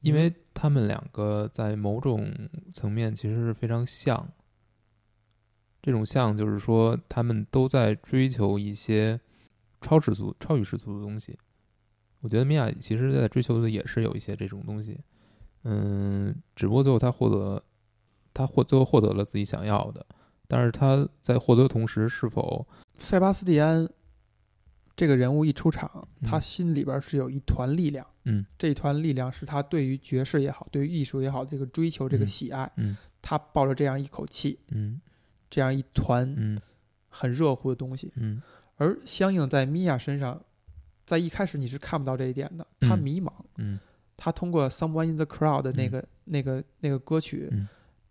B: 因为他们两个在某种层面其实是非常像。这种像就是说，他们都在追求一些超世俗、超于世俗的东西。我觉得米娅其实在追求的也是有一些这种东西，嗯，只不过最后她获得了，她获最后获得了自己想要的，但是她在获得的同时，是否
A: 塞巴斯蒂安这个人物一出场，
B: 嗯
A: 他心里边是有一团力量，
B: 嗯，
A: 这一团力量是他对于爵士也好，对于艺术也好，这个追求，这个
B: 嗯
A: 喜爱，
B: 嗯
A: 他抱着这样一口气，
B: 嗯
A: 这样一团
B: 嗯
A: 很热乎的东西，
B: 嗯
A: 而相应在米娅身上，在一开始你是看不到这一点的，
B: 嗯
A: 她迷茫，
B: 嗯
A: 她通过《Someone in the Crowd》的那个、那个那个歌曲
B: 嗯，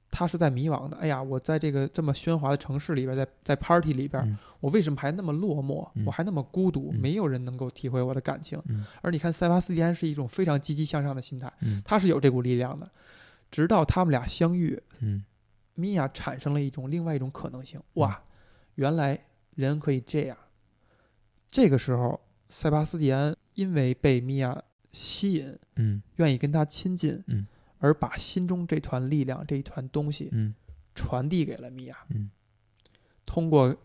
A: 她是在迷茫的。哎呀，我在这个这么喧哗的城市里边，在在 party 里边，
B: 嗯
A: 我为什么还那么落寞？
B: 嗯
A: 我还那么孤独？
B: 嗯
A: 没有人能够体会我的感情。
B: 嗯
A: 而你看塞巴斯蒂安是一种非常积极向上的心态，
B: 嗯
A: 他是有这股力量的。直到他们俩相遇，
B: 嗯
A: 米娅产生了一种另外一种可能性，哇，原来人可以这样。这个时候，塞巴斯蒂安因为被米娅吸引，
B: 嗯
A: 愿意跟她亲近，
B: 嗯，
A: 而把心中这团力量、这一团东西
B: 嗯
A: 传递给了米娅，
B: 嗯，
A: 通过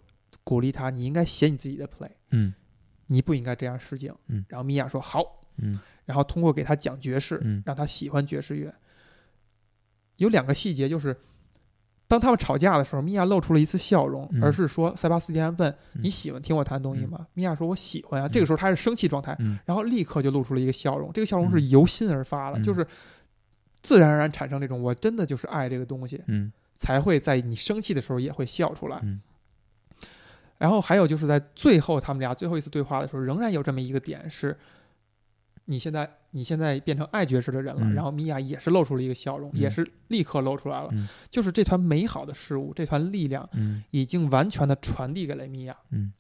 A: 鼓励他，你应该写你自己的 play，
B: 嗯
A: 你不应该这样试镜。
B: 嗯
A: 然后米娅说好，
B: 嗯
A: 然后通过给他讲爵士，
B: 嗯
A: 让他喜欢爵士乐。有两个细节就是，当他们吵架的时候，米娅露出了一次笑容，
B: 嗯
A: 而是说塞巴斯蒂安问、
B: 嗯
A: 你喜欢听我弹东西吗？米娅说我喜欢啊。这个时候他是生气状态，
B: 嗯
A: 然后立刻就露出了一个笑容，这个笑容是
B: 嗯
A: 由心而发的，
B: 嗯
A: 就是自然而然产生这种我真的就是爱这个东西，
B: 嗯
A: 才会在你生气的时候也会笑出来。
B: 嗯
A: 然后还有就是在最后他们俩最后一次对话的时候，仍然有这么一个点是，你现在你现在变成爱爵士的人了，
B: 嗯
A: 然后米娅也是露出了一个笑容，
B: 嗯
A: 也是立刻露出来了，
B: 嗯
A: 就是这团美好的事物，这团力量
B: 嗯
A: 已经完全的传递给了米娅，
B: 嗯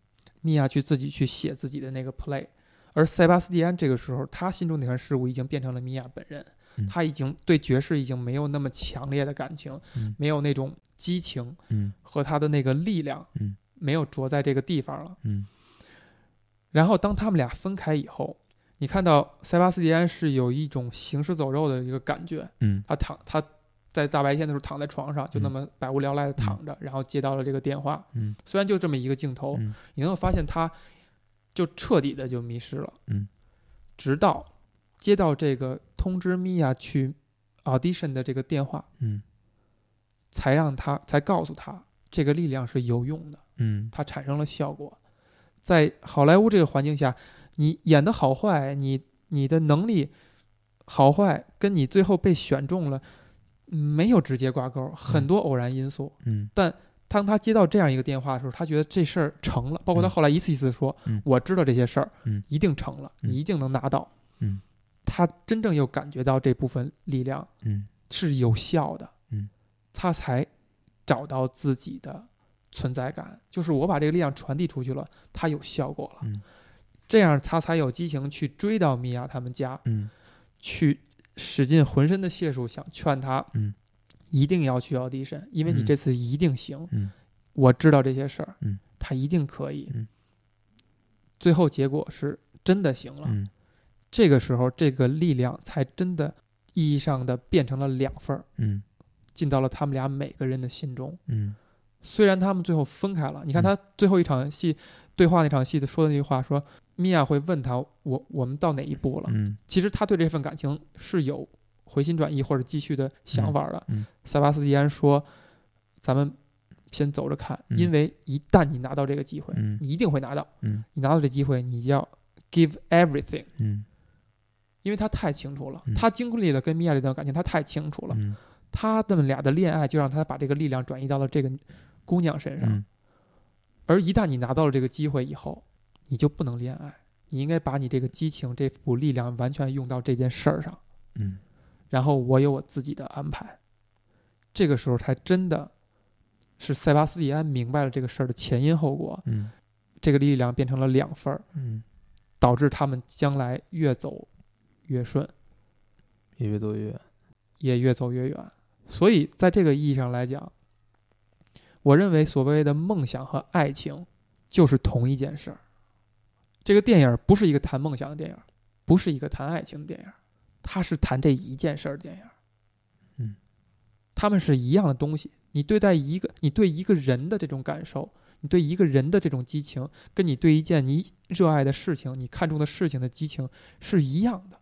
A: 米娅去自己去写自己的那个 play，而塞巴斯蒂安这个时候他心中那团事物已经变成了米娅本人
B: 嗯，
A: 他已经对爵士已经没有那么强烈的感情，
B: 嗯
A: 没有那种激情，
B: 嗯
A: 和他的那个力量，
B: 嗯，
A: 没有着在这个地方了。
B: 嗯
A: 然后当他们俩分开以后，你看到塞巴斯蒂安是有一种行尸走肉的一个感觉，
B: 嗯
A: 他躺他在大白天的时候躺在床上，就那
B: 嗯
A: 么百无聊赖的躺着，然后接到了这个电话。
B: 嗯，
A: 虽然就这么一个镜头，
B: 嗯
A: 你能够发现他就彻底的就迷失了。
B: 嗯，
A: 直到接到这个通知米娅去 audition 的这个电话，
B: 嗯
A: 才让他才告诉他这个力量是有用的。
B: 嗯
A: 它产生了效果。在好莱坞这个环境下，你演的好坏，你你的能力好坏，跟你最后被选中了嗯没有直接挂钩，很多偶然因素。
B: 嗯
A: 当他接到这样一个电话的时候，他觉得这事儿成了。包括他
B: 嗯
A: 后来一次一次地说：“
B: 嗯
A: 我知道这些事儿，
B: 嗯
A: 一定成了，
B: 嗯
A: 你一定能拿到。”
B: 嗯，
A: 他真正又感觉到这部分力量
B: 嗯
A: 是有效的，
B: 嗯，
A: 他才找到自己的存在感，就是我把这个力量传递出去了，它有效果了，
B: 嗯
A: 这样他才有激情去追到米娅他们家，
B: 嗯
A: 去使尽浑身的解数想劝他，
B: 嗯，
A: 一定要去 audition，因为你
B: 嗯
A: 这次一定行，
B: 嗯
A: 我知道这些事儿，
B: 嗯，
A: 他一定可以，
B: 嗯
A: 最后结果是真的行了，
B: 嗯
A: 这个时候这个力量才真的意义上的变成了两份儿。
B: 嗯
A: 进到了他们俩每个人的心中。
B: 嗯
A: 虽然他们最后分开了，你看
B: 嗯
A: 他最后一场戏、对话那场戏的说的那句话说，米娅会问他我我们到哪一步了？
B: 嗯
A: 其实他对这份感情是有回心转意或者继续的想法的。
B: 嗯嗯
A: 塞巴斯蒂安说，咱们先走着看，
B: 嗯
A: 因为一旦你拿到这个机会，
B: 嗯
A: 你一定会拿到。
B: 嗯
A: 你拿到这机会，你要 give everything，
B: 嗯
A: 因为他太清楚了，
B: 嗯
A: 他经历了跟米娅这段感情，他太清楚了。
B: 嗯
A: 他们俩的恋爱就让他把这个力量转移到了这个姑娘身上。
B: 嗯
A: 而一旦你拿到了这个机会以后，你就不能恋爱，你应该把你这个激情、这股力量完全用到这件事儿上。
B: 嗯
A: 然后我有我自己的安排。这个时候才真的是塞巴斯蒂安明白了这个事儿的前因后果，
B: 嗯
A: 这个力量变成了两份儿，
B: 嗯，
A: 导致他们将来越走越顺。
B: 也越多越远，
A: 也越走越远。所以，在这个意义上来讲，我认为所谓的梦想和爱情就是同一件事儿。这个电影不是一个谈梦想的电影，不是一个谈爱情的电影，它是谈这一件事儿的电影。
B: 嗯，
A: 他们是一样的东西。你对待一个，你对一个人的这种感受，你对一个人的这种激情，跟你对一件你热爱的事情、你看重的事情的激情是一样的，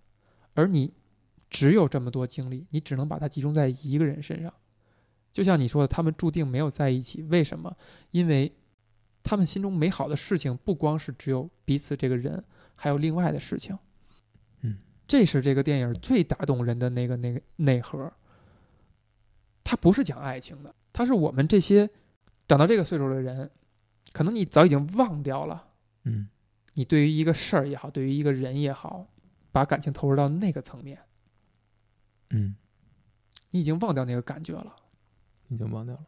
A: 而你只有这么多精力，你只能把它集中在一个人身上。就像你说的，他们注定没有在一起，为什么？因为他们心中美好的事情不光是只有彼此这个人，还有另外的事情。
B: 嗯，
A: 这是这个电影最打动人的那个那个内核。它不是讲爱情的，它是我们这些长到这个岁数的人，可能你早已经忘掉了。
B: 嗯
A: 你对于一个事儿也好，对于一个人也好，把感情投入到那个层面，
B: 嗯，
A: 你已经忘掉那个感觉了。
B: 已经忘掉了，